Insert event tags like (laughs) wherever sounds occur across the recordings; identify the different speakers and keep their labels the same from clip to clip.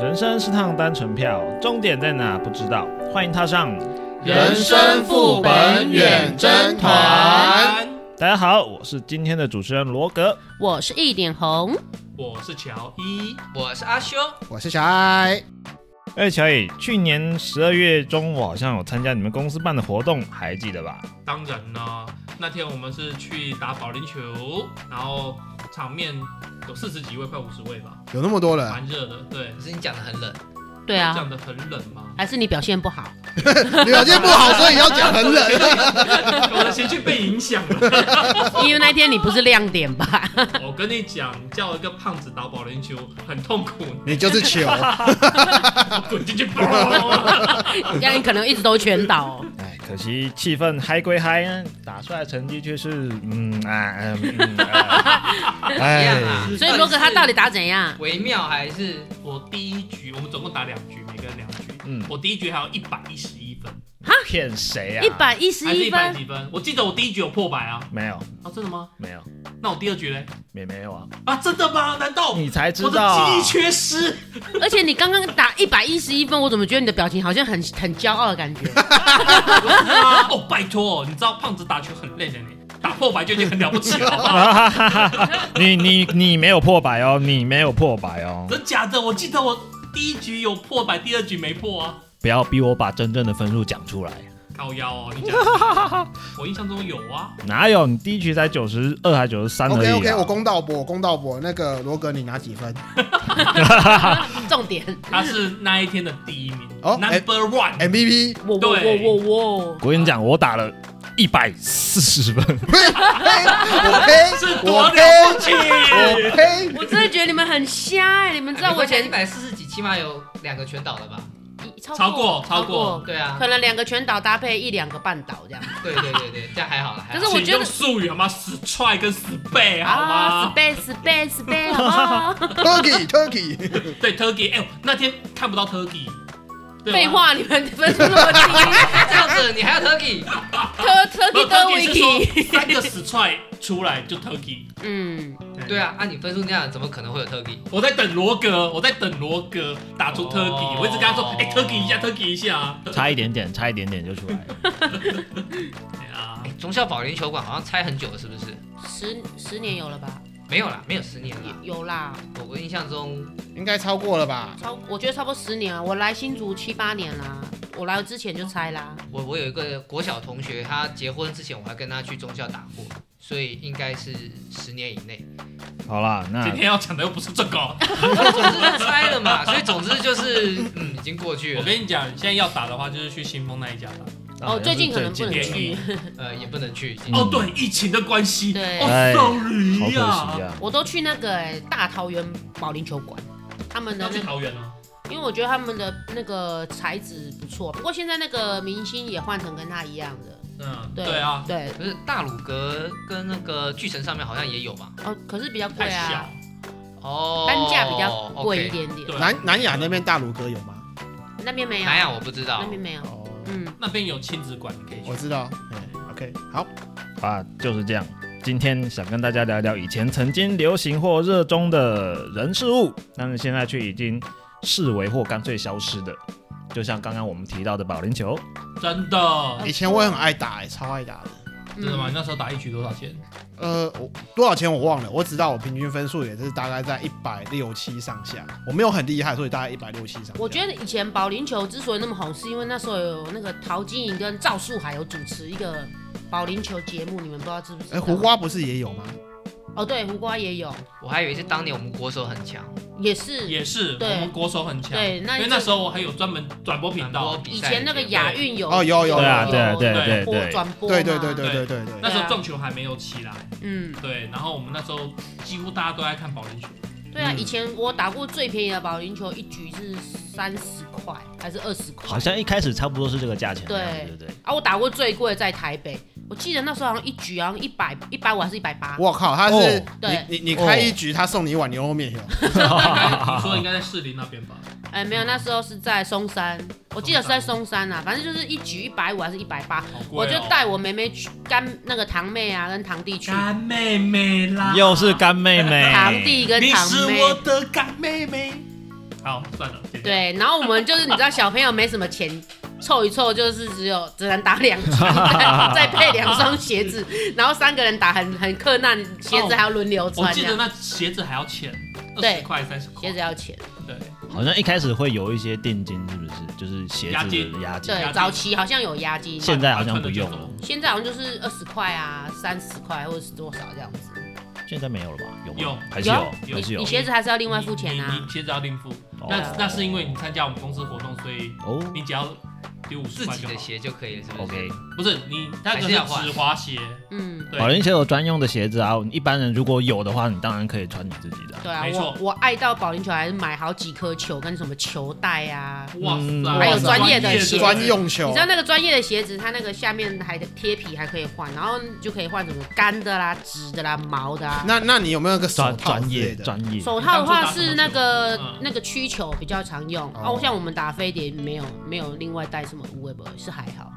Speaker 1: 人生是趟单程票，终点在哪不知道，欢迎踏上。
Speaker 2: 人生副本远征团，
Speaker 1: 大家好，我是今天的主持人罗格。
Speaker 3: 我是一点红，
Speaker 2: 我是乔伊，
Speaker 4: 我是阿修，
Speaker 5: 我是小爱，
Speaker 1: 哎，乔伊，去年十二月中我好像有参加你们公司办的活动，还记得吧？
Speaker 2: 当然啦，那天我们是去打保龄球，然后场面有四十几位，快五十位吧，
Speaker 5: 有那么多人，
Speaker 2: 蛮热的。对
Speaker 4: 可，是你讲的很冷，
Speaker 3: 对啊，
Speaker 2: 讲的很冷吗？
Speaker 3: 还是你表现不好，
Speaker 5: (laughs) 你表现不好，所以要讲很冷。
Speaker 2: 我的情绪被影响了。
Speaker 3: 因为那天你不是亮点 (laughs) 吧？
Speaker 2: 我跟你讲，叫一个胖子打保龄球很痛苦，
Speaker 5: (laughs) 你就是球，
Speaker 2: 我滚进去 (laughs) 砰！
Speaker 3: 让你可能一直都全倒、哦。
Speaker 1: 哎，可惜气氛嗨归嗨，打出来的成绩却是嗯啊嗯嗯啊，
Speaker 4: 一样啊
Speaker 1: 哎，。
Speaker 3: 所以罗哥他到底打怎样？
Speaker 4: 微妙还是
Speaker 2: 我第一局，我们总共打两局，每个人两局。
Speaker 1: 嗯，
Speaker 2: 我第一局还有一百一十一分，
Speaker 1: 骗谁啊？
Speaker 3: 一百一十
Speaker 2: 还是啊
Speaker 3: 一
Speaker 2: 一百
Speaker 3: 分，
Speaker 2: 几分？我记得我第一局有破百啊！
Speaker 1: 没有
Speaker 2: 啊，真的吗？
Speaker 1: 没有
Speaker 2: 那我第二局嘞？
Speaker 1: 也没有啊，
Speaker 2: 啊，真的吗？难道
Speaker 1: 你才知
Speaker 2: 我
Speaker 1: 道啊
Speaker 2: 的记忆缺失？
Speaker 3: 而且你刚刚打一百一十一分，我怎么觉得你的表情好像很很骄傲的感 (laughs) 觉？
Speaker 2: 不是啊哦，拜托，你知道胖子打球很累的呢，打破百就已经很了不起了，好不好？
Speaker 1: (laughs) 你你你没有破百哦，你没有破百哦，
Speaker 2: 真假的？我记得我第一局有破百，第二局没破啊。
Speaker 1: 不要逼我把真正的分数讲出来。
Speaker 2: 靠腰哦，你讲的，
Speaker 1: (laughs)
Speaker 2: 我印象中有啊。
Speaker 1: 哪有？你第一局才九十二还九十三而已、
Speaker 5: OK
Speaker 1: 啊。
Speaker 5: OK，我公道博，我公道博。那个罗格，你拿几分？
Speaker 3: 重点，
Speaker 2: 他是那一天的第一名、
Speaker 5: 哦
Speaker 2: n u m b e r One，、
Speaker 1: 哎
Speaker 5: MVP，
Speaker 3: 我我我
Speaker 2: 对
Speaker 3: 我我，
Speaker 1: 我跟你讲，我打了一百四十分，
Speaker 5: 嘿嘿我呸，
Speaker 2: 是多
Speaker 5: 我
Speaker 2: 了
Speaker 5: 呸，
Speaker 2: 不起。
Speaker 5: 我呸，
Speaker 3: 我真的觉得你们很瞎哎、 (laughs) 你们知道我以
Speaker 4: 前一
Speaker 3: 前
Speaker 4: 百四十几，起码有两个全倒了吧？
Speaker 2: 超过超过，
Speaker 4: 对啊
Speaker 3: 可，能两个全倒搭配一两个半倒这样。
Speaker 4: 对对对对，这样还好了。
Speaker 3: 可
Speaker 4: 还好
Speaker 3: 是我
Speaker 2: 请
Speaker 3: 觉得
Speaker 2: 用术语好吗？死踹跟死背好吗？
Speaker 3: ，space space space，好不好
Speaker 5: Turkey Turkey，
Speaker 2: 对 Turkey，哎、呦，那天看不到 Turkey，对吧啊
Speaker 3: 废，话，你们分数那么低，
Speaker 4: (laughs) 这样子，你还要 Turkey，
Speaker 3: (laughs) 特特
Speaker 2: 不是
Speaker 3: 地的
Speaker 2: Turkey 是
Speaker 3: wiki，
Speaker 2: 说三个死踹出来就 Turkey。
Speaker 3: 嗯，
Speaker 4: 对啊，按你分数那样，怎么可能会有 Turkey？
Speaker 2: 我在等罗格，我在等罗格打出 Turkey，、
Speaker 4: 哦
Speaker 2: 我一直跟他说，哎、t u r k e y 一下，Turkey 一下啊。
Speaker 1: 差一点点，差一点点就出来了。
Speaker 2: 哎呀
Speaker 4: 中校保龄球馆好像拆很久了，是不是？
Speaker 3: 十十年有了吧？
Speaker 4: 没有啦，没有十年了。
Speaker 3: 有有啦，
Speaker 4: 我我印象中，
Speaker 5: 应该超过了吧？
Speaker 3: 超我觉得超过十年啊，我来新竹七八年啦，我来之前就拆啦。
Speaker 4: 我我有一个国小同学，他结婚之前我还跟他去中校打过，所以应该是十年以内。 (laughs)
Speaker 1: 好啦，那
Speaker 2: 今天要讲的又不是这个，
Speaker 4: 总之就拆了嘛，所以总之就是，嗯，已经过去
Speaker 2: 我
Speaker 4: 了，
Speaker 2: 跟你讲，现在要打的话就是去新丰那一家打。
Speaker 3: 哦，最近可能不能
Speaker 2: 联谊
Speaker 3: 去，
Speaker 4: 呃，也不能去，已经
Speaker 2: 哦，对，疫情的关系，
Speaker 3: 对
Speaker 2: 哦
Speaker 1: 嗯哎好可
Speaker 2: ，sorry
Speaker 1: 惜
Speaker 2: 呀，
Speaker 1: 啊。
Speaker 3: 我都去那个欸大桃园保龄球馆，他们的
Speaker 2: 要
Speaker 3: 那
Speaker 2: 去
Speaker 3: 个，
Speaker 2: 桃园哦。
Speaker 3: 因为我觉得他们的那个材质不错，不过现在那个明星也换成跟他一样的，
Speaker 2: 嗯，
Speaker 3: 对
Speaker 2: 对啊，
Speaker 3: 对，
Speaker 4: 不是大鲁阁跟那个巨城上面好像也有嘛？
Speaker 3: 哦，可是比较贵
Speaker 2: 太小
Speaker 3: 啊，，
Speaker 4: 哦，
Speaker 3: 单价比较贵一。点点，
Speaker 2: 对啊
Speaker 5: 南南亚那边大鲁哥有吗？
Speaker 3: 那边没有，
Speaker 4: 南亚我不知道
Speaker 3: 那，边没有，
Speaker 5: 哦，
Speaker 3: 嗯，
Speaker 2: 那边有亲子馆，你可以去
Speaker 5: 我。知道。嗯 OK，好，
Speaker 1: 啊，就是这样。今天想跟大家聊聊以前曾经流行或热衷的人事物，但是现在却已经视为或干脆消失的，就像刚刚我们提到的保龄球，
Speaker 2: 真的，
Speaker 5: 以前我很爱打，哎，超爱打的。
Speaker 2: 真的吗？
Speaker 3: 嗯
Speaker 2: 你那时候打一局多少钱？
Speaker 5: 呃，我多少钱我忘了，我只知道我平均分数也是大概在一百六七上下，我没有很厉害，所以大概一百六七上下。
Speaker 3: 我觉得以前保龄球之所以那么红，是因为那时候有那个陶晶莹跟赵树海有主持一个保龄球节目，你们不知道知不知
Speaker 5: 哎，
Speaker 3: 道？
Speaker 5: 胡瓜不是也有吗？
Speaker 3: 哦，对，胡瓜也有，
Speaker 4: 我还以为是当年我们国手很强，
Speaker 3: 也是
Speaker 2: 也是，我
Speaker 3: 对
Speaker 2: 们国手很强。
Speaker 3: 对，那
Speaker 2: 因为那时候我还有专门转播频
Speaker 4: 转播
Speaker 2: 道，
Speaker 4: 比
Speaker 3: 以
Speaker 4: 赛
Speaker 3: 前那个
Speaker 4: 对
Speaker 3: 亚运有
Speaker 5: 哦有有
Speaker 1: 对啊
Speaker 3: 有
Speaker 1: 对啊对啊
Speaker 3: 有
Speaker 1: 对啊
Speaker 3: 播
Speaker 1: 对啊
Speaker 3: 转播嘛
Speaker 5: 对对对对对对对。
Speaker 2: 那时候撞球还没有起来，
Speaker 3: 嗯，
Speaker 2: 对。然后我们那时候几乎大家都在看保龄球，
Speaker 3: 对
Speaker 5: 嗯
Speaker 3: 啊，以前我打过最便宜的保龄球，一局是三十块还是二十块？
Speaker 1: 好像一开始差不多是这个价钱的样子，
Speaker 3: 对
Speaker 1: 对不对？
Speaker 3: 啊，我打过最贵的在台北，我记得那时候好像一局好像一百一百五还是一百八，
Speaker 5: 我靠，他是
Speaker 1: 哦
Speaker 3: 对
Speaker 5: 你你你开一局，他送你一碗牛肉
Speaker 3: (laughs)
Speaker 5: 面哟。
Speaker 2: 应该你说应该在士林那边吧？
Speaker 3: 哎，没有，那时候是在松山，我记得是在松山啊，反正就是一局一百五还是一百八，
Speaker 2: 好
Speaker 3: 我
Speaker 2: 贵
Speaker 3: 就
Speaker 2: 哦。
Speaker 3: 带我妹妹去干那个堂妹啊跟堂弟去，
Speaker 2: 干妹妹啦，
Speaker 1: 又是干妹妹，
Speaker 3: 堂弟跟
Speaker 2: 你
Speaker 3: 堂
Speaker 2: 是
Speaker 3: 妹
Speaker 2: 我的干妹妹。好，算了，谢谢。
Speaker 3: 对，然后我们就是你知道小朋友没什么钱，凑一凑就是只有只能打两场， (laughs) 再配两双鞋子，然后三个人打很很困难，鞋子还要轮流
Speaker 2: 哦我
Speaker 3: 穿这
Speaker 2: 记得
Speaker 3: 样，
Speaker 2: 那鞋子还要钱，二
Speaker 3: 对
Speaker 2: 十块、三十
Speaker 3: 鞋
Speaker 2: 块
Speaker 3: 子，要钱。
Speaker 2: 对，
Speaker 1: 好像一开始会有一些定金，是不是？就是鞋
Speaker 2: 押
Speaker 1: 子的
Speaker 2: 金
Speaker 1: 押金，
Speaker 2: 押
Speaker 3: 对，
Speaker 2: 金
Speaker 3: 早期好像有押金，啊
Speaker 1: 现在好像不用了，
Speaker 3: 现在好像就是二十块啊、三十块或者是多少这样子。
Speaker 1: 现在没有了吧？有
Speaker 2: 有
Speaker 1: 吗？还是有，
Speaker 2: 有
Speaker 1: 还是有
Speaker 3: 你鞋子还是要另外付钱
Speaker 2: 哦你你
Speaker 3: 啊
Speaker 2: 你。鞋子要另付，
Speaker 1: 哦
Speaker 2: 那那是因为你参加我们公司活动，所以
Speaker 1: 哦
Speaker 2: 你只要丢五
Speaker 4: 自
Speaker 2: 十块
Speaker 4: 己
Speaker 2: 就好
Speaker 4: 的。鞋就可以了，是不是
Speaker 1: ，OK。
Speaker 2: 不是你那
Speaker 4: 还
Speaker 2: 个
Speaker 4: 是
Speaker 2: 是
Speaker 4: 要换
Speaker 2: 纸滑鞋，
Speaker 3: 嗯，
Speaker 2: 对
Speaker 1: 保龄球有专用的鞋子啊，一般人如果有的话，你当然可以穿你自己的啊。
Speaker 3: 对啊，
Speaker 2: 没
Speaker 3: 我
Speaker 2: 错
Speaker 3: 我爱到保龄球还是买好几颗球跟什么球袋啊。
Speaker 2: 哇
Speaker 1: 嗯
Speaker 2: 塞，
Speaker 1: 还有
Speaker 3: 专业的鞋子
Speaker 5: 专用球
Speaker 3: 你知，道那个专业的鞋子，它那个下面还的贴皮还可以换，然后就可以换什么干的啦、直的啦、毛的啊。
Speaker 5: 那那你有没有个手
Speaker 1: 专
Speaker 5: 套之
Speaker 1: 专
Speaker 5: 类
Speaker 1: 业
Speaker 5: 的？
Speaker 1: 专业，
Speaker 3: 手套的话是那个
Speaker 2: 嗯
Speaker 3: 那个曲球比较常用，
Speaker 5: 哦
Speaker 3: 哦，像我们打飞碟没有没有另外带什么无微博是还好，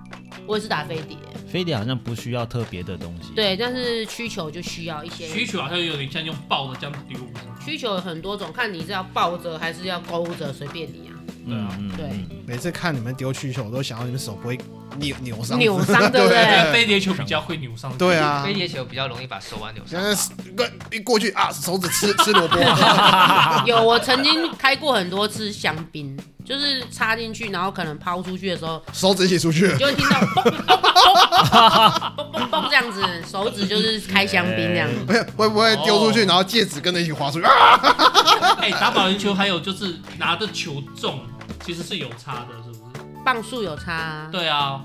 Speaker 3: 我也是打飞碟，
Speaker 1: 飞碟好像不需要特别的东西。，
Speaker 3: 对，但是曲球就需要一些
Speaker 2: 需求好像有点像用爆的这样丢，
Speaker 3: 需求有很多种，看你是要抱着还是要勾着，随便你啊。
Speaker 2: 对啊
Speaker 1: 嗯
Speaker 3: 对
Speaker 1: 嗯
Speaker 5: 每次看你们丢曲球，我都想到你们手不会扭扭伤。
Speaker 3: 扭伤
Speaker 5: (laughs)
Speaker 3: 对不对
Speaker 2: 对，啊飞碟球比较会扭伤。
Speaker 5: 对，啊
Speaker 4: 飞，碟球比较容易把手腕扭伤
Speaker 5: 现在
Speaker 4: 吧。
Speaker 5: 是一个一过去啊，手指吃吃萝卜， (laughs)
Speaker 3: (laughs) 有，我曾经开过很多次香槟，就是插进去，然后可能抛出去的时候，
Speaker 5: 手指一起出去
Speaker 3: 你。就会听到 (laughs) 嘣嘣嘣嘣嘣嘣这样子，手指就是开香槟这样子。
Speaker 5: 没有会不会丢出去，
Speaker 2: 哦
Speaker 5: 然后戒指跟着一起滑出去 (laughs) 啊？
Speaker 2: 哎，打保龄球还有就是拿着球重，其实是有差的，是不是？
Speaker 3: 磅数有差、啊，
Speaker 2: 对啊，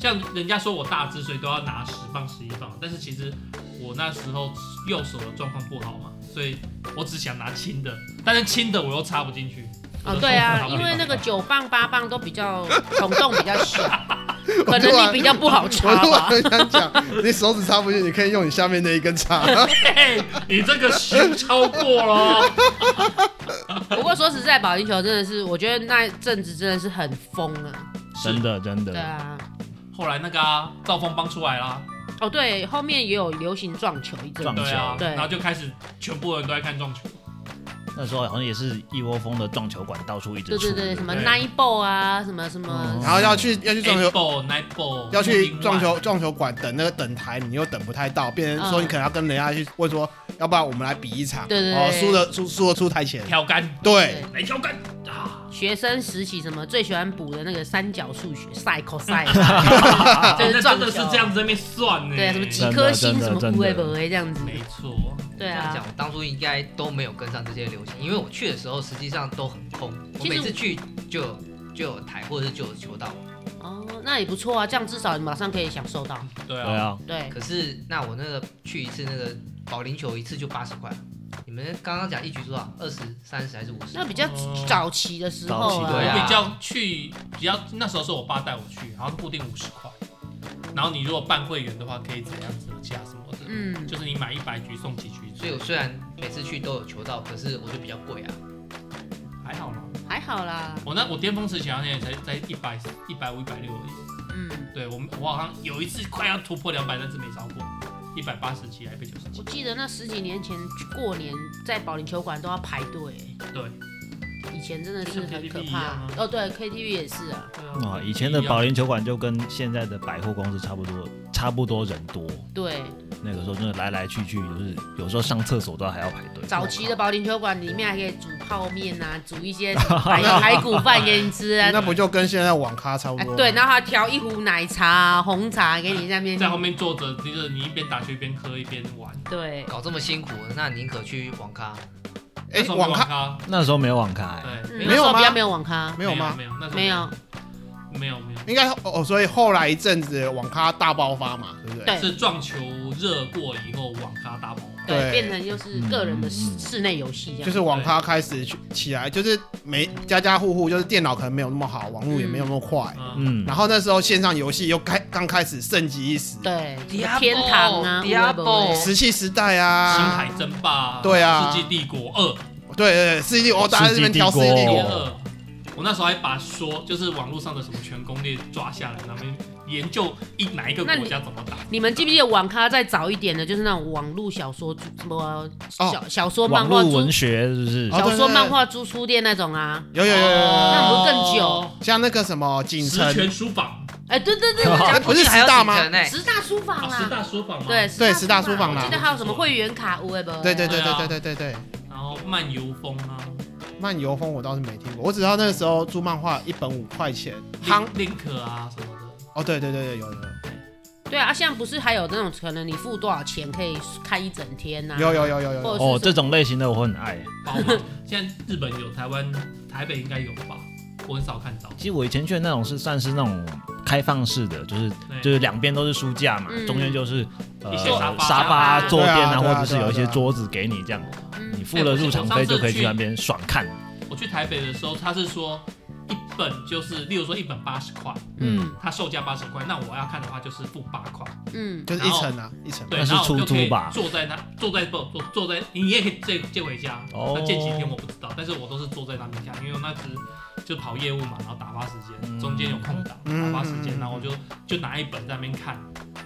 Speaker 2: 像人家说我大只，所以都要拿十磅、十一磅，但是其实我那时候右手的状况不好嘛，所以我只想拿轻的，但是轻的我又插不进去。
Speaker 3: 哦对啊，因为那个九磅八磅都比较孔洞比较
Speaker 5: (laughs)
Speaker 3: 小，可能你比较不好
Speaker 5: 我
Speaker 3: 插
Speaker 5: 突然
Speaker 3: 吧。
Speaker 5: 很想讲，你手指插不进，你可以用你下面那一根插。 (laughs)
Speaker 2: 嘿，你这个心超过了，
Speaker 3: 不过说实在，保龄球真的是，我觉得那阵子真的是很疯啊。
Speaker 1: 真的真
Speaker 3: 对
Speaker 1: 的，
Speaker 3: 啊，
Speaker 2: 后来那个啊，赵峰帮出来啦，
Speaker 3: 哦对，后面也有流行撞球一阵
Speaker 1: 撞
Speaker 3: 子，
Speaker 2: 对啊，
Speaker 3: 对
Speaker 2: 然后就开始全部人都在看撞球，
Speaker 1: 那时候好像也是一窝蜂的撞球馆到处一直
Speaker 3: 对
Speaker 1: 出。
Speaker 3: 对对，什么
Speaker 2: 对
Speaker 3: nine ball 啊，什么什么
Speaker 1: 哦
Speaker 5: 然后要去要去撞球，
Speaker 2: ball night ball
Speaker 5: 要去
Speaker 2: Morning
Speaker 5: 撞球
Speaker 2: Line，
Speaker 5: 撞球馆等那个等台，你又等不太到，变成说
Speaker 3: 嗯
Speaker 5: 你可能要跟人家去问说，要不然我们来比一场，
Speaker 3: 对对对
Speaker 5: 哦，输的输输的出台前，
Speaker 2: 挑杆，
Speaker 5: 对，
Speaker 2: 来挑杆
Speaker 5: (laughs)
Speaker 2: 啊，
Speaker 3: 学生时期什么最喜欢补的那个三角
Speaker 1: (laughs)
Speaker 3: 数学 sin cosine，就
Speaker 2: 哎
Speaker 3: 是
Speaker 2: 那
Speaker 3: 撞
Speaker 2: 真
Speaker 3: 球
Speaker 2: 的是这样子在那边算呢，
Speaker 3: 啊对啊，什么几颗星
Speaker 1: 真的
Speaker 3: 什么
Speaker 1: 真的
Speaker 3: 五位不为这样子，
Speaker 2: 没错，
Speaker 3: 对
Speaker 4: 这样讲，
Speaker 3: 啊，
Speaker 4: 我当初应该都没有跟上这些流行，因为我去的时候实际上都很空，我
Speaker 3: 其实
Speaker 4: 每次去就有就有台或者是就有球道。
Speaker 3: 哦，那也不错啊，这样至少你马上可以享受到，
Speaker 2: 对
Speaker 1: 对
Speaker 2: 啊，
Speaker 1: 啊，
Speaker 3: 对，
Speaker 4: 可是那我那个去一次那个保龄球一次就八十块，你们刚刚讲一局多少？二十、三十还是五十
Speaker 3: 那？比较
Speaker 2: 哦
Speaker 3: 早期的时
Speaker 1: 早
Speaker 3: 候
Speaker 1: 期
Speaker 3: 啊，
Speaker 4: 对
Speaker 2: 我
Speaker 4: 啊
Speaker 2: 比较去比较那时候是我爸带我去，然后固定五十块，然后你如果办会员的话，可以怎样折价什么的，
Speaker 3: 嗯，
Speaker 2: 就是你买一百局送几局，
Speaker 4: 所以我虽然每次去都有球道，可是我就比较贵啊。
Speaker 2: 还好啦。
Speaker 3: 还好啦，
Speaker 2: 我那我巅峰时期好像也才在一百一百五一百六而已。
Speaker 3: 嗯，
Speaker 2: 对我我好像有一次快要突破两百，但是没超过一百八十七还被九十
Speaker 3: 我
Speaker 2: 七。
Speaker 3: 记得那十几年前过年在保龄球馆都要排队，
Speaker 2: 对，
Speaker 3: 以前真的是很
Speaker 2: 就像
Speaker 3: 可
Speaker 2: KTV 一样
Speaker 3: 怕
Speaker 2: 啊，
Speaker 3: 哦，对，KTV 也是啊，
Speaker 2: 嗯
Speaker 1: 啊，以前的保龄球馆就跟现在的百货公司差不多，差不多人多。
Speaker 3: 对，
Speaker 1: 那个时候真的来来去去，就是有时候上厕所都还要排队。
Speaker 3: 早期的保龄球馆里面还可以煮泡面啊，煮
Speaker 1: (laughs)
Speaker 3: 一些排排骨饭给你吃啊。
Speaker 5: 那不就跟现在网咖差不
Speaker 3: 哎
Speaker 5: 多？
Speaker 3: 对，，然后还调一壶奶茶、红茶给你在那边。
Speaker 2: 在后面坐着，就是你一边打球一边喝一边玩。
Speaker 3: 对，
Speaker 4: 搞这么辛苦，那宁可去网咖。
Speaker 5: 哎
Speaker 2: 那时，候没有
Speaker 5: 网咖
Speaker 2: 咖，
Speaker 1: 那时候没有网咖、欸，
Speaker 2: 对，
Speaker 3: 嗯
Speaker 5: 没有吗
Speaker 3: 那时候比较没有网咖，
Speaker 5: 没有吗？
Speaker 2: 没有，那时候
Speaker 3: 没有，
Speaker 2: 没有没有。
Speaker 5: 应该哦，所以后来一阵子网咖大爆发嘛，对不对？
Speaker 3: 对
Speaker 2: 是撞球热过以后网咖大爆发。
Speaker 5: 对
Speaker 3: 对，变成就是个人的室
Speaker 1: 嗯
Speaker 3: 室内游戏这样。
Speaker 5: 就是网咖开始去起来，就是每家家户户就是电脑可能没有那么好，网络也没有那么快，
Speaker 1: 嗯，
Speaker 2: 嗯，
Speaker 5: 然后那时候线上游戏又开刚开始盛极一时，
Speaker 3: 对，
Speaker 4: Diablo，
Speaker 3: 天堂啊
Speaker 4: Diablo
Speaker 3: 有的没的
Speaker 5: 石器时代
Speaker 2: 星
Speaker 5: 啊
Speaker 2: 海，争霸，
Speaker 5: 对啊
Speaker 2: 世纪帝国二，
Speaker 5: 对对对，世纪哦，大家在这边挑世纪帝
Speaker 1: 世纪帝国
Speaker 5: 国
Speaker 2: 第，二，我那时候还把说就是网络上的什么全攻略抓下来，然后研究一哪一个国家怎么打。
Speaker 3: 你们记不记得网咖再早一点的，就是那种网络小说租什么小、小说漫
Speaker 1: 网
Speaker 3: 画
Speaker 1: 络
Speaker 3: 租
Speaker 1: 文学是不是？
Speaker 5: 哦
Speaker 3: 小
Speaker 5: 对对
Speaker 3: 说
Speaker 5: 对
Speaker 3: 漫画租书店那种啊？
Speaker 5: 有有有有有有，
Speaker 1: 哦
Speaker 3: 那不更久
Speaker 5: 像那个什么锦哎城
Speaker 2: 十，全书坊
Speaker 3: 哎、对对对，我
Speaker 5: 哎
Speaker 3: 讲
Speaker 5: 不是
Speaker 4: 还
Speaker 5: 师
Speaker 4: 有
Speaker 5: 大
Speaker 4: 几
Speaker 5: 吗？
Speaker 4: 层欸呢？
Speaker 3: 十大书
Speaker 2: 啊，
Speaker 3: 房
Speaker 2: 十
Speaker 3: 啦，
Speaker 2: 大书坊嘛。
Speaker 3: 对，
Speaker 5: 对
Speaker 3: 十
Speaker 5: 十
Speaker 3: 大
Speaker 5: 大
Speaker 3: 书
Speaker 5: 书
Speaker 3: 坊
Speaker 5: 坊啦
Speaker 3: 啦我记得还有什么会员卡，无为不？
Speaker 5: 对对
Speaker 2: 对
Speaker 5: 对对
Speaker 2: 啊
Speaker 5: 对对对对对，
Speaker 2: 然后漫游风啊
Speaker 5: 漫游风我倒是没听过，我只知道那个时候租漫画一本五块钱，夯
Speaker 2: ，Link 啊什么的。
Speaker 5: 哦，对对对对，有有有
Speaker 3: 对啊，现在不是还有那种可能你付多少钱可以看一整天呐、
Speaker 5: 有有有有有有，
Speaker 3: 或者
Speaker 1: 哦，
Speaker 3: 是
Speaker 1: 这
Speaker 3: 什么
Speaker 1: 种类型的我很爱。
Speaker 2: 包嘛。 (laughs) 现在日本有，台湾台北应该有吧？我很少看到。
Speaker 1: 其实我以前去的那种是算是那种开放式的，就是就
Speaker 2: 对
Speaker 1: 是两边都是书架嘛，
Speaker 3: 嗯
Speaker 1: 中间就是呃
Speaker 2: 一些沙发
Speaker 1: 沙发
Speaker 3: 对啊
Speaker 1: 坐垫啊，
Speaker 5: 对啊
Speaker 1: 或者是
Speaker 5: 对啊
Speaker 1: 有一些
Speaker 5: 对啊
Speaker 1: 桌子给你这样，你
Speaker 3: 嗯
Speaker 1: 付了入场费
Speaker 2: 哎我我上次
Speaker 1: 就可以去
Speaker 2: 去
Speaker 1: 那边爽看。
Speaker 2: 我去台北的时候，他是说一本就是，例如说一本八十块，
Speaker 3: 嗯
Speaker 2: 它售价八十块，那我要看的话就是付八块。
Speaker 3: 嗯，
Speaker 5: 就是一层
Speaker 1: 哦
Speaker 5: 啊一层，
Speaker 2: 对，
Speaker 1: 那是
Speaker 2: 然后我
Speaker 1: 出
Speaker 2: 就可以
Speaker 1: 租吧
Speaker 2: 坐在那，坐在不坐坐在，你也可以借借回家。
Speaker 1: 哦
Speaker 2: 那借几天我不知道，但是我都是坐在那边看，因为我那只就跑业务嘛，然后打发时
Speaker 1: 嗯
Speaker 2: 间，中间有空档
Speaker 5: 嗯
Speaker 2: 打发时间，然后我就就拿一本在那边看，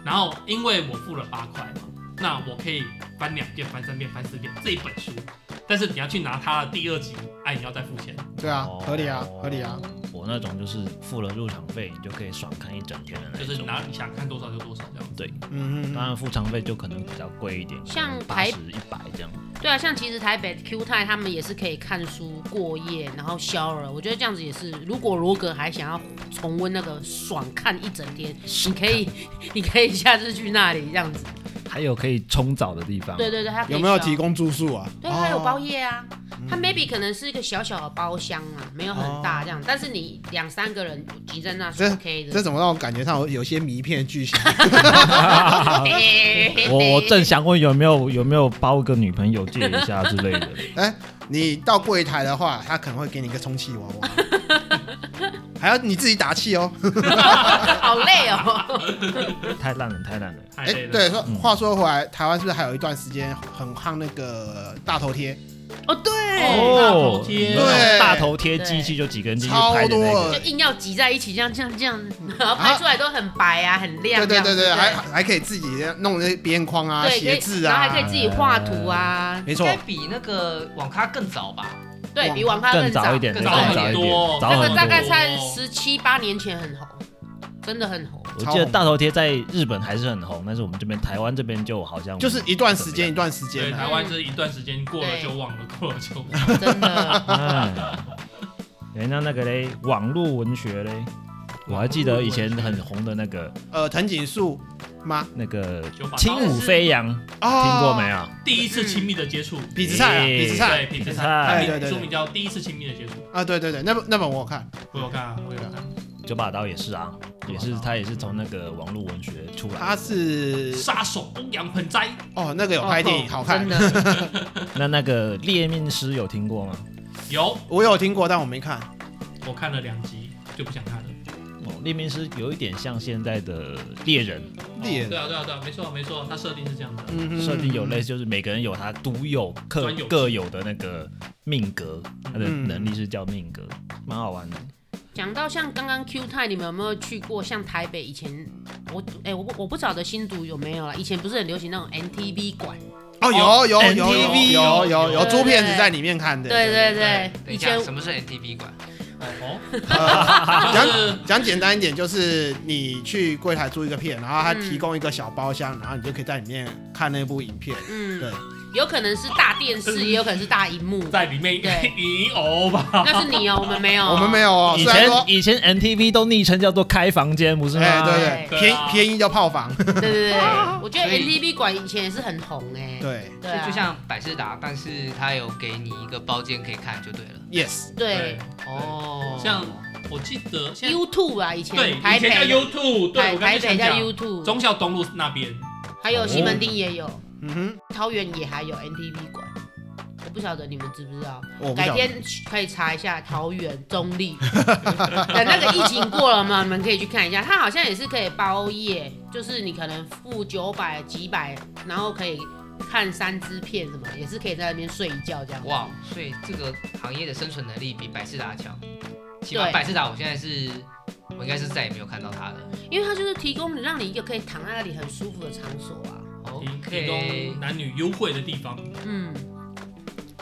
Speaker 2: 然后因为我付了八块嘛，那我可以翻两遍、翻三遍、翻四遍这一本书，但是你要去拿它的第二集，哎，你要再付钱。
Speaker 5: 对啊
Speaker 1: 哦，
Speaker 5: 合理啊合理啊，
Speaker 1: 我那种就是付了入场费，你就可以爽看一整天的那
Speaker 2: 就
Speaker 1: 种。
Speaker 2: 是拿你想看多少就多少这样。
Speaker 5: 嗯嗯
Speaker 1: 当
Speaker 5: 嗯，
Speaker 1: 然付场费就可能比较贵一点，
Speaker 3: 像
Speaker 1: 八
Speaker 3: 台
Speaker 1: 十一百这样。
Speaker 3: 对啊，像其实台北 Q 泰他们也是可以看书过夜，然后消了。我觉得这样子也是，如果罗格还想要重温那个爽看一整天，你可以， (laughs) 你可以下次去那里这样子。
Speaker 1: 还有可以冲澡的地方。
Speaker 3: 对对对，他可以
Speaker 5: 有没有
Speaker 3: 消
Speaker 5: 提？供住宿啊？
Speaker 3: 对，他有包
Speaker 5: 哦，
Speaker 3: 夜啊。他
Speaker 5: 嗯
Speaker 3: maybe 可能是一个小小的包厢啊，没有很大这样，但是你两三个人挤在那是 OK 的。
Speaker 5: 哦这怎么让我感觉上有有些迷片的剧情？ (laughs)
Speaker 3: (laughs)
Speaker 1: 我 (laughs) 我正想问有没有有没有包个女朋友借一下之类的，
Speaker 5: 你到柜台的话，他可能会给你一个充气娃
Speaker 3: (laughs)
Speaker 5: 娃，还要你自己打气哦。
Speaker 3: 好累哦。
Speaker 1: 太烂了太烂 (laughs) 了。
Speaker 2: 太
Speaker 5: 哎、
Speaker 2: 累了。
Speaker 5: 对，说
Speaker 1: 嗯
Speaker 5: 话说回来，台湾是不是还有一段时间很夯那个大头贴？
Speaker 3: 哦，对，
Speaker 2: 哦大头贴
Speaker 5: 对
Speaker 1: 大头贴机器就几根进去拍的那
Speaker 5: 超多
Speaker 1: 个
Speaker 5: 了
Speaker 3: 就硬要挤在一起，这样这样这样，然后拍出来都很白啊，很
Speaker 5: 对
Speaker 3: 亮这
Speaker 5: 对
Speaker 3: 样子。
Speaker 5: 对对，还还可以自己弄那些边框啊、
Speaker 3: 对，可
Speaker 5: 鞋
Speaker 3: 以
Speaker 5: 子
Speaker 3: 然后还可
Speaker 5: 啊，
Speaker 3: 以自己画图啊，
Speaker 5: 没
Speaker 4: 应
Speaker 5: 错
Speaker 4: 该，比那个网咖更早吧？
Speaker 3: 对比网咖
Speaker 1: 更
Speaker 3: 早
Speaker 1: 早一点，
Speaker 4: 更
Speaker 1: 更
Speaker 4: 早
Speaker 1: 早一
Speaker 2: 很
Speaker 1: 点，
Speaker 2: 多
Speaker 1: 早
Speaker 3: 那个
Speaker 1: 很
Speaker 3: 大概
Speaker 1: 多。
Speaker 3: 在十七八年前很红，真的很红。
Speaker 1: 我记得大头贴在日本还是很红，但是我们这边台湾这边就好像。
Speaker 5: 就是一段时间一段时
Speaker 2: 对，
Speaker 5: 间、啊。
Speaker 2: 台湾就是一段时间过了就忘了，过了就忘了。
Speaker 3: 真的
Speaker 1: 哎，人哎家那个嘞，网络文学嘞，我还记得以前很红的那个
Speaker 5: 呃，藤井树吗？
Speaker 1: 那个
Speaker 2: 九把刀
Speaker 1: 轻舞飞扬，
Speaker 5: 啊、
Speaker 1: 听过没？有？
Speaker 2: 第一次亲密的
Speaker 1: (laughs)
Speaker 2: 接触，
Speaker 5: 痞子菜啊，
Speaker 1: 哎
Speaker 5: 痞子菜
Speaker 2: 对，痞子
Speaker 1: 哎
Speaker 2: 菜，
Speaker 5: 对对对
Speaker 2: 书名叫《第一次亲密的接触》，
Speaker 5: 啊，对对对，那本那本我有看，
Speaker 2: 我有看啊，我有看。
Speaker 1: 九把刀也是啊，也是
Speaker 2: 九把刀
Speaker 1: 他也是从那个网络文学出来的。
Speaker 5: 他是
Speaker 2: 杀手欧阳盆栽，
Speaker 5: 哦，那个有拍电影，好看
Speaker 3: 真，的。
Speaker 1: 那那个猎命师有听过
Speaker 5: 嗯
Speaker 1: 吗？
Speaker 2: 有
Speaker 5: 我有听过，但我没看。
Speaker 2: 我看了两集就不想看了。
Speaker 1: 哦，猎命师有一点像现在的猎人，
Speaker 5: 猎
Speaker 2: 哦对啊对啊对啊，没错没错，它设定是这样的。
Speaker 5: 嗯哼
Speaker 1: 设定有类似，就是每个人有他独有各
Speaker 2: 专有
Speaker 1: 各有的那个命格，他的
Speaker 5: 嗯
Speaker 1: 能力是叫命格，蛮好玩的。
Speaker 3: 讲到像刚刚 Q 泰，你们有没有去过像台北以前？我哎、我不我不晓得新竹有没有啦，以前不是很流行那种 NTV 馆？
Speaker 5: 哦，有有有有
Speaker 1: NTV
Speaker 5: 有有有
Speaker 3: 对
Speaker 5: 租片子
Speaker 3: 对
Speaker 5: 在里面看的。
Speaker 3: 对对对
Speaker 2: 对，
Speaker 4: 等
Speaker 3: 以
Speaker 4: 一
Speaker 3: 前
Speaker 4: 下，什么是 NTV 馆？
Speaker 5: (laughs)
Speaker 2: 哦，
Speaker 5: 呃
Speaker 2: 哦，就是
Speaker 5: 讲简单一点，就是你去柜台租一个片，然后他提供一个小包厢，然后你就可以在里面看那部影片。
Speaker 3: 嗯
Speaker 5: 对，
Speaker 3: 有可能是大电视，也有可能是大荧幕。
Speaker 2: 在里面
Speaker 3: 对
Speaker 2: 你偶吧，
Speaker 3: 那是你哦、我们没有哦、
Speaker 5: 我们没有哦，
Speaker 1: 以
Speaker 5: 虽然
Speaker 1: 前
Speaker 5: 说，
Speaker 1: 以前 NTV 都昵称叫做开房间，
Speaker 3: 啊
Speaker 1: 不是吗？
Speaker 5: 哎，对
Speaker 2: 对
Speaker 5: 对，便
Speaker 2: 对啊
Speaker 5: 宜便宜叫炮房，
Speaker 3: 对对
Speaker 5: (laughs)
Speaker 3: 对，我觉得
Speaker 4: 所以
Speaker 3: NTV 馆以前也是很红哎、
Speaker 5: 对
Speaker 3: 对
Speaker 4: 所
Speaker 3: 啊，
Speaker 4: 以就像百事达，但是它有给你一个包间可以看就对了。
Speaker 2: (laughs)
Speaker 5: ，yes，
Speaker 3: 对
Speaker 4: 哦
Speaker 2: 像我记得现在
Speaker 3: YouTube 啊，以前
Speaker 2: 对
Speaker 3: 台
Speaker 2: 以
Speaker 3: 北
Speaker 2: 前叫 YouTube，对
Speaker 3: 台
Speaker 2: 我刚
Speaker 3: 台
Speaker 2: 才
Speaker 3: 北叫
Speaker 2: 讲
Speaker 3: YouTube，
Speaker 2: 忠孝东路那边，
Speaker 3: 还有西门町也有，
Speaker 5: 嗯
Speaker 3: 桃园也还有 NTV 馆。我不晓得你们知不知道，
Speaker 5: 哼，我不
Speaker 3: 改
Speaker 5: 晓得。
Speaker 3: 天去可以查一下桃园中立。 (laughs) 等那个疫情过了嘛，你们可以去看一下，它好像也是可以包夜，就是你可能付九百几百，然后可以看三支片什么，也是可以在那边睡一觉这样。
Speaker 4: 哇，所以这个行业的生存能力比百事达强。起码
Speaker 3: 对
Speaker 4: 百事达我现在是，我应该是再也没有看到他了。
Speaker 3: 因为它就是提供你让你一个可以躺在那里很舒服的场所啊。
Speaker 2: 提提供
Speaker 4: OK，
Speaker 2: 男女优惠的地方，
Speaker 3: 嗯，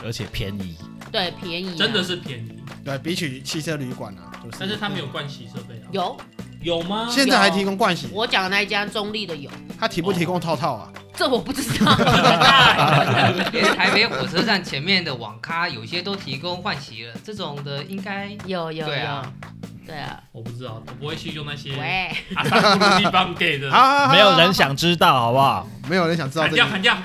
Speaker 1: 而且便宜。
Speaker 3: 对，便宜啊、
Speaker 2: 真的是便宜，
Speaker 5: 对比起汽车旅馆啊，就是
Speaker 2: 但是他没有盥洗设备啊，
Speaker 3: 有
Speaker 2: 有吗？
Speaker 5: 现在还提供盥洗，
Speaker 3: 我讲的那一家中立的有，
Speaker 5: 他提不提供套套啊？
Speaker 3: 这我不知道。对
Speaker 4: 连台北火车站前面的网咖有些都提供换洗了，这种的应该
Speaker 3: 有有有，
Speaker 4: 对啊
Speaker 3: 对啊，
Speaker 2: 我不知道，我不会去用那些
Speaker 3: 喂，
Speaker 2: 阿萨布鲁地方给
Speaker 5: (laughs)
Speaker 2: 的。
Speaker 5: 啊，
Speaker 1: 没有人，想知道，好不好？
Speaker 5: 没有人想知道
Speaker 2: 砍
Speaker 5: 这
Speaker 2: 掉，
Speaker 5: 个。
Speaker 2: 砍掉，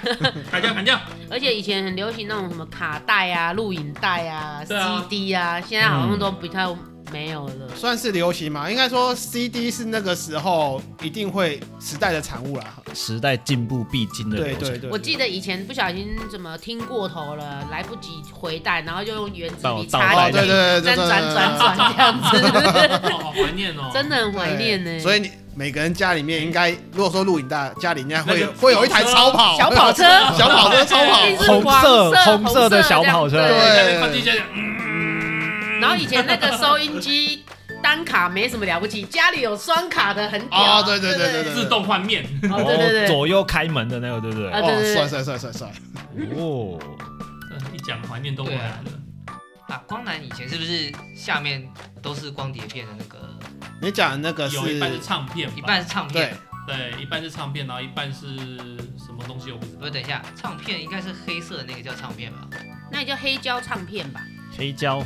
Speaker 2: 砍掉，砍掉！
Speaker 3: 而且以前很流行那种什么卡带啊、录影带啊、
Speaker 2: 对啊
Speaker 3: CD 啊，现在好像都不太没有了。
Speaker 5: (laughs) 算是流行嘛，应该说 CD 是那个时候一定会时代的产物啦。
Speaker 1: 时代进步必经的
Speaker 5: 对
Speaker 1: 流
Speaker 5: 对
Speaker 1: 程。
Speaker 5: 对，
Speaker 3: 我记得以前不小心怎么听过头了，来不及回带，然后就用原子
Speaker 1: 倒
Speaker 3: 笔插
Speaker 5: 哦，
Speaker 1: 带
Speaker 3: 进
Speaker 5: 对
Speaker 3: 去，
Speaker 5: 对对对
Speaker 3: 转转转
Speaker 5: 对，
Speaker 3: 转这样子，
Speaker 2: 哦 (laughs) 好怀念哦，
Speaker 3: (laughs) 真的很怀念呢。
Speaker 5: 所以你每个人家里面应该，如果说录影带，家里应该会有
Speaker 2: 那个
Speaker 5: 会有一台超跑，
Speaker 3: 小跑车，
Speaker 5: (laughs) 小跑车超跑
Speaker 3: (laughs) 一定，是
Speaker 1: 红
Speaker 3: 黄
Speaker 1: 色
Speaker 3: 红
Speaker 1: 红色的小跑车
Speaker 3: 这样
Speaker 5: 对
Speaker 2: 在那边放进去，嗯
Speaker 3: 然后以前那个收音机单卡没什么了不起，家里有双卡的很屌。
Speaker 5: 哦对对
Speaker 3: 对
Speaker 5: 对对对
Speaker 2: 自动换面， (laughs)
Speaker 3: 哦对对对，
Speaker 1: 左右开门的那个，对不对？
Speaker 3: 啊对
Speaker 5: 哦，
Speaker 3: 对
Speaker 5: 帅
Speaker 3: 对，
Speaker 5: 帅帅帅帅，
Speaker 1: 哦，
Speaker 2: 一讲怀念都回来了。
Speaker 4: 啊，光南以前是不是下面都是光碟片的那个，
Speaker 5: 你讲的那个
Speaker 2: 有一半是
Speaker 5: 是
Speaker 2: 唱片吧，
Speaker 4: 一半是唱
Speaker 5: 对
Speaker 4: 片，，
Speaker 2: 对，一半是唱片，然后一半是什么东西我不知
Speaker 4: 不
Speaker 2: 道。
Speaker 4: 是等一下，唱片应该是黑色的那个叫唱片吧？
Speaker 3: 那也叫黑胶唱片吧？
Speaker 1: 黑胶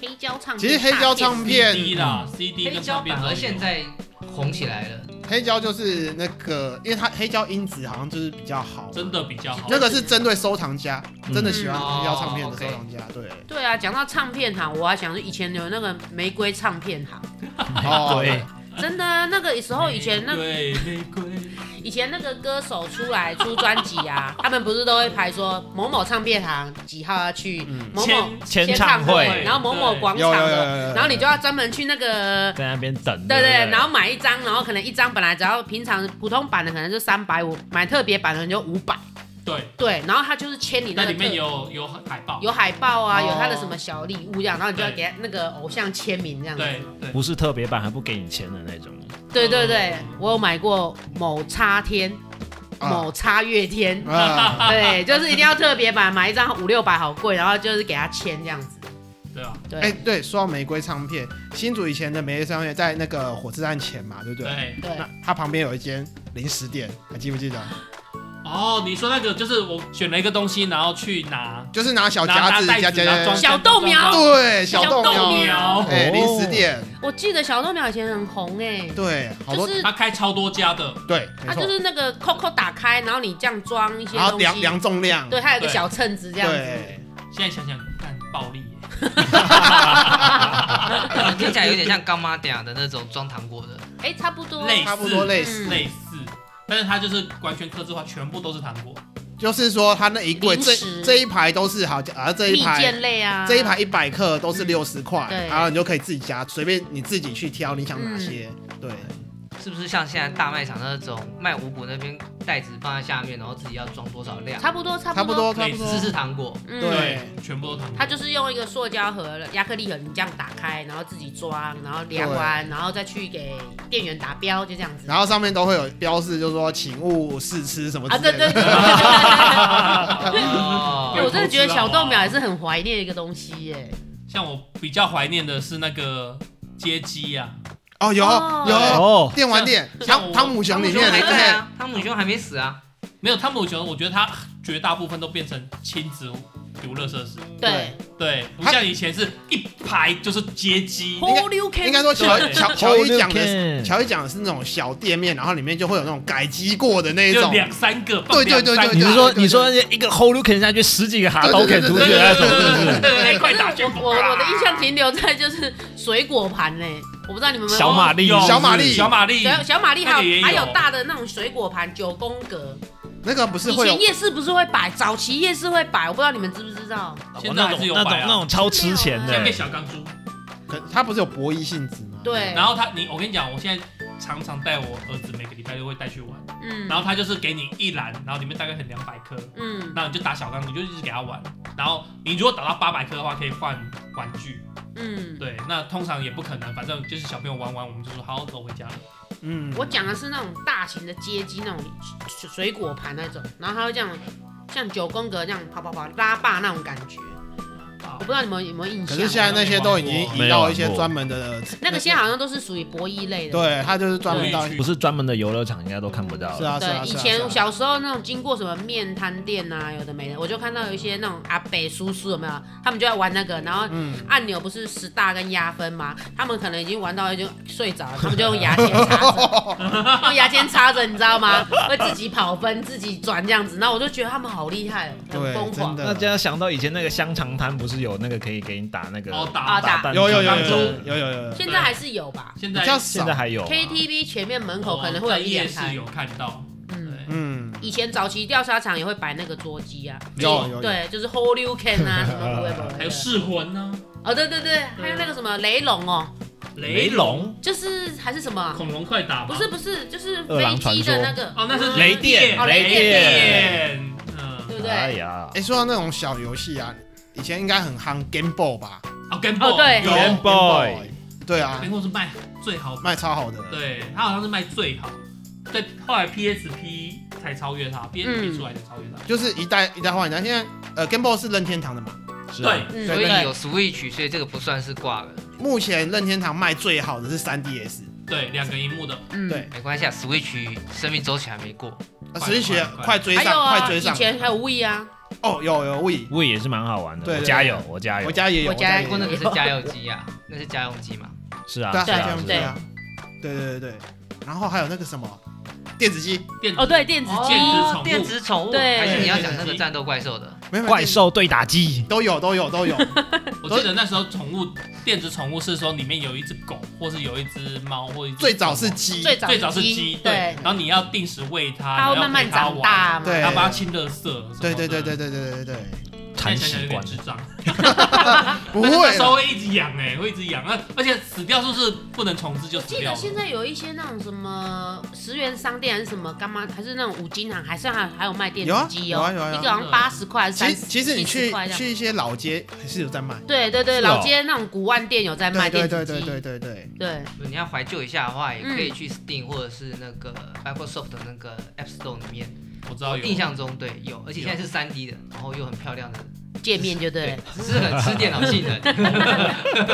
Speaker 3: 黑胶唱片，
Speaker 5: 其实黑胶
Speaker 3: 大
Speaker 5: 唱
Speaker 3: 片
Speaker 5: 片
Speaker 2: CD 啦，CD
Speaker 4: 黑
Speaker 2: 跟
Speaker 4: 胶
Speaker 2: 唱片
Speaker 4: 反
Speaker 2: 都
Speaker 4: 而
Speaker 2: 有
Speaker 4: 现在红起来 (laughs) 了，
Speaker 5: 黑胶就是那个，因为它黑胶音质好像就是比较好，
Speaker 2: 真的比较好。
Speaker 5: 那个是针对收藏家，
Speaker 1: 嗯
Speaker 5: 真的喜欢黑胶唱片的收藏
Speaker 2: 哦
Speaker 5: 家，对，
Speaker 3: 对啊，讲到唱片行，我还想说以前有那个玫瑰唱片行，哎
Speaker 5: 哦
Speaker 1: 对，
Speaker 3: 真的啊那个时候以前那
Speaker 2: 对玫瑰，
Speaker 3: 以前那个歌手出来出专辑啊，他们不是都会排说某某唱片行几号要去
Speaker 5: 嗯，
Speaker 3: 某某
Speaker 2: 签
Speaker 1: 签
Speaker 3: 唱
Speaker 1: 唱
Speaker 2: 会
Speaker 1: 会
Speaker 3: 然后某某广
Speaker 5: 有
Speaker 3: 场
Speaker 5: 有有有
Speaker 3: 的，
Speaker 5: 有有，
Speaker 3: 然后你就要专门去那个
Speaker 1: 在那边等，
Speaker 3: 对
Speaker 1: 不
Speaker 3: 对，然后买一张，然后可能一张本来只要平常普通版的可能就三百五，买特别版的可能就五百，
Speaker 2: 对，
Speaker 3: 对，然后他就是签你
Speaker 2: 那
Speaker 3: 个
Speaker 2: 里面
Speaker 3: 特
Speaker 2: 有有海报，
Speaker 3: 有海报啊，
Speaker 5: 哦
Speaker 3: 有他的什么小礼物这样，然后你就要给他那个偶像签名这样子。
Speaker 2: 对对，
Speaker 1: 不是特别版还不给你钱的那种，
Speaker 3: 对对对
Speaker 2: 嗯
Speaker 3: 我有买过某叉天、
Speaker 5: 啊
Speaker 3: 某叉月天，
Speaker 5: 啊，
Speaker 3: (laughs) 对，就是一定要特别版，买一张五六百好贵，然后就是给他签这样子。
Speaker 2: 对啊，
Speaker 3: 对，
Speaker 5: 哎，对，说到玫瑰唱片，新竹以前的玫瑰唱片在那个火车站前嘛，对不对？
Speaker 2: 对。
Speaker 3: 对
Speaker 5: 那它旁边有一间零食店，还记不记得？
Speaker 2: 哦，你说那个就是我选了一个东西，然后去拿
Speaker 5: 就是拿小
Speaker 2: 拿
Speaker 5: 夹
Speaker 2: 拿
Speaker 5: 子
Speaker 2: 袋
Speaker 5: 夹夹
Speaker 2: 子，然后
Speaker 5: 夹
Speaker 2: 装
Speaker 5: 夹，
Speaker 3: 小豆苗
Speaker 5: 对，小豆
Speaker 2: 小豆
Speaker 5: 苗，
Speaker 2: 苗
Speaker 5: 哎，
Speaker 1: 哦
Speaker 5: 零食店，
Speaker 3: 我记得小豆苗以前很红哎、
Speaker 5: 对，好
Speaker 3: 就
Speaker 5: 多，
Speaker 3: 是
Speaker 2: 他开超多家的，
Speaker 5: 对，没
Speaker 3: 它就
Speaker 5: 错，
Speaker 3: 是那个扣扣打开，然后你这样装一些
Speaker 5: 然后
Speaker 3: 东
Speaker 5: 量
Speaker 3: 西，
Speaker 5: 量重量，
Speaker 3: 对，它有个
Speaker 2: 对
Speaker 3: 小秤子这样子。
Speaker 5: 对，
Speaker 2: 现在想想干暴力耶，
Speaker 4: 听起来有点像干妈啊嗲的那种装糖果的。
Speaker 3: 哎、差不多。
Speaker 2: 类似
Speaker 5: 差不多类似。
Speaker 3: 嗯
Speaker 2: 类似，但是它就是完全刻字化，全部都是糖果，
Speaker 5: 就是说它那一柜
Speaker 3: 零
Speaker 5: 这
Speaker 3: 食
Speaker 5: 这一排都是好，啊这
Speaker 3: 蜜
Speaker 5: 一排
Speaker 3: 饯类啊，
Speaker 5: 这一排一百克都是六十块，
Speaker 3: 对
Speaker 5: 然后你就可以自己加，随便你自己去挑你想哪些，对，
Speaker 4: 是不是像现在大卖场那种卖五谷那边袋子放在下面，然后自己要装多少量？
Speaker 3: 差不多，差
Speaker 5: 差
Speaker 3: 不
Speaker 5: 不
Speaker 3: 多。
Speaker 5: 多差
Speaker 2: 类
Speaker 5: 不
Speaker 4: 芝
Speaker 5: 多，
Speaker 4: 士糖果，
Speaker 3: 嗯
Speaker 5: 对，
Speaker 2: 全部都糖果。
Speaker 3: 它就是用一个塑胶盒、亚克力盒，你这样打开，然后自己装，然后量完，然后再去给店员打标，就这样子。
Speaker 5: 然后上面都会有标示，就是说请勿试吃什么
Speaker 3: 啊，
Speaker 5: 之类
Speaker 3: 对
Speaker 5: 的。
Speaker 3: 对对，哎
Speaker 4: 哦，
Speaker 3: 我真的觉得小豆苗也是很怀念一个东西耶。
Speaker 2: 像我比较怀念的是那个街机呀、
Speaker 5: 哦，有
Speaker 3: 哦
Speaker 2: 哎
Speaker 5: 有
Speaker 1: 哦，
Speaker 5: 电玩店，
Speaker 2: 像
Speaker 5: 汤
Speaker 2: 我
Speaker 5: 汤姆
Speaker 4: 汤
Speaker 5: 熊
Speaker 4: 姆
Speaker 5: 里
Speaker 4: 熊
Speaker 5: 面哎
Speaker 4: 还
Speaker 5: 的
Speaker 4: 在
Speaker 5: 对，
Speaker 4: 啊，汤姆熊还没死啊。
Speaker 2: 没有汤姆熊，我觉得它绝大部分都变成亲子游乐设施，
Speaker 3: 对
Speaker 2: 对，不
Speaker 5: 它
Speaker 2: 像以前是一排就是街机，
Speaker 3: ，Holy Can，
Speaker 5: 应该说乔
Speaker 2: 对
Speaker 5: 乔乔伊讲的是，
Speaker 1: 的
Speaker 5: 乔伊讲的是那种小店面，然后里面就会有那种改机过的那一
Speaker 2: 就
Speaker 5: 种，
Speaker 2: 两三个，
Speaker 5: 对对对
Speaker 2: 放两三个
Speaker 1: 你是说
Speaker 5: 对对对
Speaker 1: 你说那一个 whole can 下去十几个哈都肯出
Speaker 5: 对
Speaker 1: 去
Speaker 5: 对
Speaker 1: 那
Speaker 5: 对
Speaker 1: 种，
Speaker 5: 对对
Speaker 1: 是不
Speaker 5: 对
Speaker 1: 是？
Speaker 5: 对对
Speaker 2: 对，快打
Speaker 3: 可是
Speaker 2: 旋
Speaker 3: 我
Speaker 2: 风！
Speaker 3: 我我的印象停留在就是水果盘呢，我不知道你们有没
Speaker 1: 小
Speaker 3: 有。
Speaker 1: 马力
Speaker 2: 有
Speaker 5: 小马力
Speaker 2: 小马力，
Speaker 3: 小小玛丽还
Speaker 2: 那个也
Speaker 3: 有
Speaker 2: 有
Speaker 3: 还有大的那种水果盘，九宫格。
Speaker 5: 那个不是
Speaker 3: 以
Speaker 5: 会有
Speaker 3: 前夜市不是会摆，早期夜市会摆，我不知道你们知不知道。
Speaker 2: 现在
Speaker 1: 那
Speaker 2: 还
Speaker 1: 种
Speaker 2: 是有
Speaker 1: 那种
Speaker 2: 摆啊
Speaker 1: 那种超吃钱
Speaker 2: 现在
Speaker 1: 的
Speaker 2: 变，小钢珠。
Speaker 5: 可它不是有博弈性质吗？
Speaker 3: 对
Speaker 2: 然后他，你，我跟你讲，我现在常常带我儿子每个礼拜六会带去玩，
Speaker 3: 嗯，
Speaker 2: 然后他就是给你一篮，然后里面大概很两百颗，
Speaker 3: 嗯
Speaker 2: 那你就打小钢，你就一直给他玩。然后你如果打到八百颗的话，可以换玩具。
Speaker 3: 嗯，
Speaker 2: 对，那通常也不可能，反正就是小朋友玩完，我们就说好走回家了。
Speaker 5: 嗯，
Speaker 3: 我讲的是那种大型的街机那种水水果盘那种，然后他会这样像九宫格这样跑跑跑拉霸那种感觉，
Speaker 2: 啊
Speaker 3: 我不知道你们有没有印
Speaker 5: 可
Speaker 3: 象？
Speaker 5: 是现在那些都已经移到一
Speaker 1: 没玩
Speaker 5: 些
Speaker 1: 过
Speaker 5: 专门的，
Speaker 3: 那个现在好像都是属于博弈类的。
Speaker 5: 对，它就是专门到
Speaker 2: 对
Speaker 1: 不是专门的游乐场应该都看不到。
Speaker 5: 是啊是
Speaker 3: 对，
Speaker 5: 啊
Speaker 3: 以
Speaker 5: 是啊，
Speaker 3: 前
Speaker 5: 是啊
Speaker 3: 小时候那种经过什么面摊店啊，有的没的，我就看到有一些那种阿北叔叔有没有，他们就在玩那个，然后
Speaker 5: 嗯
Speaker 3: 按钮不是十大跟压分吗？他们可能已经玩到已经睡着了，他们就用牙签插着，用牙签插着，你知道吗？会自己跑分，自己转这样子，然后我就觉得他们好厉害哦，很
Speaker 5: 对，
Speaker 3: 疯
Speaker 5: 真
Speaker 3: 狂。
Speaker 1: 那这
Speaker 5: 的
Speaker 1: 样想到以前那个香肠摊，不是有那个可以给你打那个
Speaker 2: 哦，打
Speaker 3: 啊打
Speaker 1: 弹
Speaker 5: 有有
Speaker 1: 珠
Speaker 5: 有有
Speaker 1: 那
Speaker 5: 有
Speaker 1: 种
Speaker 5: 有有有，
Speaker 3: 现在还是有吧
Speaker 2: 现
Speaker 5: 比
Speaker 2: 在
Speaker 5: 较
Speaker 1: 现
Speaker 5: 少
Speaker 1: 在，还有啊
Speaker 3: ？KTV 前面门口可能会
Speaker 2: 在
Speaker 3: 有一两
Speaker 2: 夜市
Speaker 3: 台
Speaker 2: 哦有，看到，
Speaker 3: 嗯。
Speaker 2: 对，
Speaker 5: 嗯，
Speaker 3: 以前早期钓沙场也会摆那个桌机啊，
Speaker 5: 有有有
Speaker 3: 对，就是 Holy Can 啊，什么 whatever
Speaker 2: 还有噬魂呢，
Speaker 3: 哦，对对对，还有那个什么雷龙哦，
Speaker 1: 雷龙，
Speaker 3: 就是还是什么啊？
Speaker 2: 恐龙快打吧，
Speaker 3: 不是不是，就是
Speaker 1: 饿
Speaker 3: 飞
Speaker 1: 狼
Speaker 3: 机
Speaker 1: 传
Speaker 3: 的
Speaker 1: 说
Speaker 3: 那个
Speaker 2: 哦，那是
Speaker 1: 雷电
Speaker 3: 哦雷
Speaker 1: 雷电
Speaker 2: 电，嗯，
Speaker 3: 对不对？
Speaker 1: 哎呀，
Speaker 5: 哎，说到那种小游戏啊，以前应该很夯 Game Boy 吧
Speaker 2: 哦，Game
Speaker 3: 哦
Speaker 2: Boy，
Speaker 3: 对
Speaker 2: 有
Speaker 1: Game Boy
Speaker 5: 对啊，
Speaker 2: Game Boy 是卖最好，
Speaker 5: 卖超好的，
Speaker 2: 对，它好像是卖最好，对，后来 PSP 才超越它，PSP
Speaker 3: 嗯
Speaker 2: 出来才超越它，
Speaker 5: 就是一代一代换一代。现在呃 Game Boy 是任天堂的嘛，
Speaker 1: 是啊
Speaker 2: 对，
Speaker 3: 嗯，
Speaker 4: 所以
Speaker 3: 对
Speaker 4: 有 Switch，所以这个不算是挂了，
Speaker 5: 目前任天堂卖最好的是 3DS，
Speaker 2: 对，两个荧幕的，
Speaker 3: 嗯
Speaker 5: 对
Speaker 4: 没关系啊，Switch 生命周期还没过，
Speaker 5: 呃
Speaker 2: 快
Speaker 5: Switch 也
Speaker 2: 快快
Speaker 5: 快追
Speaker 3: 还有
Speaker 5: 上，快
Speaker 3: 啊，
Speaker 5: 追
Speaker 3: 以
Speaker 5: 上，
Speaker 3: 前还有 We 啊，
Speaker 5: 哦有有 We，
Speaker 1: w 也是蛮好玩的，
Speaker 5: 对
Speaker 1: 我
Speaker 5: 对
Speaker 1: 家
Speaker 5: 对
Speaker 1: 有，我家有，
Speaker 5: 我家也有，
Speaker 3: 我家
Speaker 5: 也
Speaker 4: 不
Speaker 5: 有
Speaker 4: 过那个是家用机啊， (laughs) 那是家用机嘛，
Speaker 1: 是啊
Speaker 5: 对啊，，
Speaker 1: 是
Speaker 5: 对
Speaker 1: 啊
Speaker 5: 啊，
Speaker 1: 是
Speaker 5: 对
Speaker 1: 啊，
Speaker 5: 啊，对对对对。然后还有那个什么电子鸡，
Speaker 2: 电子
Speaker 3: 哦，对，电子
Speaker 2: 哦
Speaker 3: 机，
Speaker 2: 电
Speaker 4: 电子宠物，
Speaker 3: 对
Speaker 4: 还是你要讲那个战斗怪兽的？
Speaker 5: 没有没有
Speaker 1: 怪
Speaker 5: 电子
Speaker 1: 兽对打机，
Speaker 5: 都有都有都有，
Speaker 2: 我记得那时候宠物电子宠物是说里面有一只狗，或是有一只猫，或一只
Speaker 5: 最早
Speaker 2: 什
Speaker 5: 是
Speaker 2: 么
Speaker 5: 鸡，
Speaker 3: 最早
Speaker 2: 最早是
Speaker 3: 鸡
Speaker 2: 鸡，，
Speaker 3: 对，
Speaker 2: 然后你要定时喂它，
Speaker 3: 它会慢慢
Speaker 2: 然后
Speaker 3: 长
Speaker 2: 陪它玩，
Speaker 3: 大嘛，
Speaker 5: 对
Speaker 2: 然后帮它清垃圾什么的。
Speaker 5: 对对对对对对对对对，
Speaker 1: 铲
Speaker 2: 现在想想
Speaker 1: 屎
Speaker 2: 有
Speaker 1: 官
Speaker 2: 点，智障，
Speaker 5: 不
Speaker 2: 但是那
Speaker 5: 会
Speaker 2: 时候
Speaker 5: 啦，
Speaker 2: 会一直养哎，会一直养，那而且死掉是不是不能重置就
Speaker 3: 我
Speaker 2: 死
Speaker 3: 记
Speaker 2: 掉了？
Speaker 3: 得现在有一些那种什么十元商店还是什么干嘛，还是那种五金行，还是还还有卖电
Speaker 5: 有啊
Speaker 3: 子机
Speaker 5: 有
Speaker 3: 哦
Speaker 5: 啊，有啊
Speaker 3: 一
Speaker 5: 有
Speaker 3: 个
Speaker 5: 啊。
Speaker 3: 好像八十块还是
Speaker 5: 其
Speaker 3: 三
Speaker 5: 实
Speaker 3: 十，
Speaker 5: 其实你去
Speaker 3: 块这样。
Speaker 5: 去一些老街还是有在卖，
Speaker 3: 对对对，
Speaker 1: 是哦
Speaker 3: 老街那种古玩店有在卖
Speaker 5: 对
Speaker 3: 电
Speaker 5: 对
Speaker 3: 子
Speaker 5: 对
Speaker 3: 机，
Speaker 5: 对对对对，
Speaker 3: 对
Speaker 4: 你要怀旧一下的话，也可以去 Steam 或者是那个 Microsoft 的那个 App Store 里面。
Speaker 2: 我知道有
Speaker 4: 印象中对哦有，而且现在是 3D 的，然后又很漂亮的，
Speaker 3: 界面就对了。
Speaker 4: 只是很吃电脑性 (laughs) 能。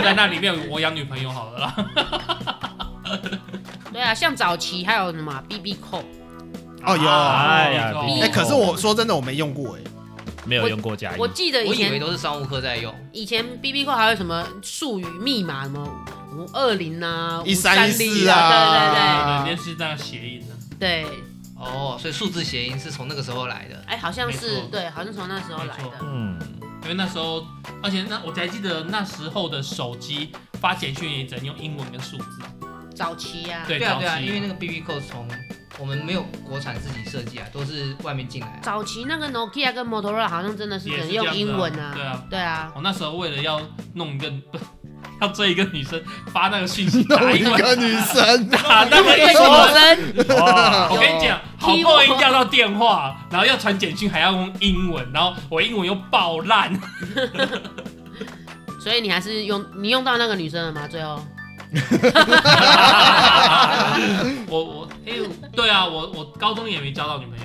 Speaker 2: 在那里面，我养女朋友好了啦。
Speaker 3: 对啊，像早期还有什么啊 BB 扣，
Speaker 5: 哦有
Speaker 1: 哎呀
Speaker 2: 哦
Speaker 3: 哎
Speaker 5: 哎，可是我说真的我没用过哎，
Speaker 1: 没有用过家
Speaker 3: 我
Speaker 1: 一，
Speaker 3: 记得
Speaker 4: 我
Speaker 3: 以
Speaker 4: 以为
Speaker 3: 前
Speaker 4: 都是商务课在用，
Speaker 3: 以前 BB 扣还有什么术语密码什么五二零啊、
Speaker 5: 一
Speaker 3: 三
Speaker 5: 三一
Speaker 3: 零
Speaker 5: 四
Speaker 3: 啊，
Speaker 5: 啊
Speaker 2: 对，那是那样谐音呢。
Speaker 3: 对对对对，
Speaker 4: 哦，所以数字谐音是从那个时候来的。
Speaker 3: 哎，好像
Speaker 2: 没
Speaker 3: 是
Speaker 2: 错
Speaker 3: 对，好像从那时候来
Speaker 2: 没
Speaker 3: 的。
Speaker 1: 嗯，
Speaker 5: (laughs)
Speaker 2: 因为那时候，而且那我才记得那时候的手机发简讯也只能用英文跟数字。
Speaker 3: 早期啊，
Speaker 2: 对
Speaker 4: 对啊
Speaker 2: 早
Speaker 4: 对啊，
Speaker 2: 期
Speaker 4: 因为那个 BB 扣从我们没有国产自己设计啊，都是外面进来啊。
Speaker 3: 早期那个 Nokia 跟 Motorola 好像真的是只
Speaker 2: 也是
Speaker 3: 能
Speaker 2: 这样子
Speaker 3: 用
Speaker 2: 啊
Speaker 3: 英文
Speaker 2: 对
Speaker 3: 啊，
Speaker 2: 啊，
Speaker 3: 对啊，
Speaker 2: 我那时候为了要弄一个，不要追一个女生，发那个讯息打
Speaker 5: 弄
Speaker 2: 英
Speaker 5: (laughs) 一
Speaker 2: 文，
Speaker 5: 个女生，
Speaker 2: 打那个
Speaker 3: 为
Speaker 2: 英
Speaker 3: 什么
Speaker 2: 文。
Speaker 3: 真？
Speaker 1: 哇，
Speaker 2: 我跟你
Speaker 3: 哦
Speaker 2: 讲，好不容易要到电话，然后要传简讯，还要用英文，然后我英文又爆
Speaker 3: (laughs)
Speaker 2: 烂，
Speaker 3: 所以你还是用你用到那个女生了吗？最后，
Speaker 2: 我我哎、对啊，我我高中也没交到女朋友，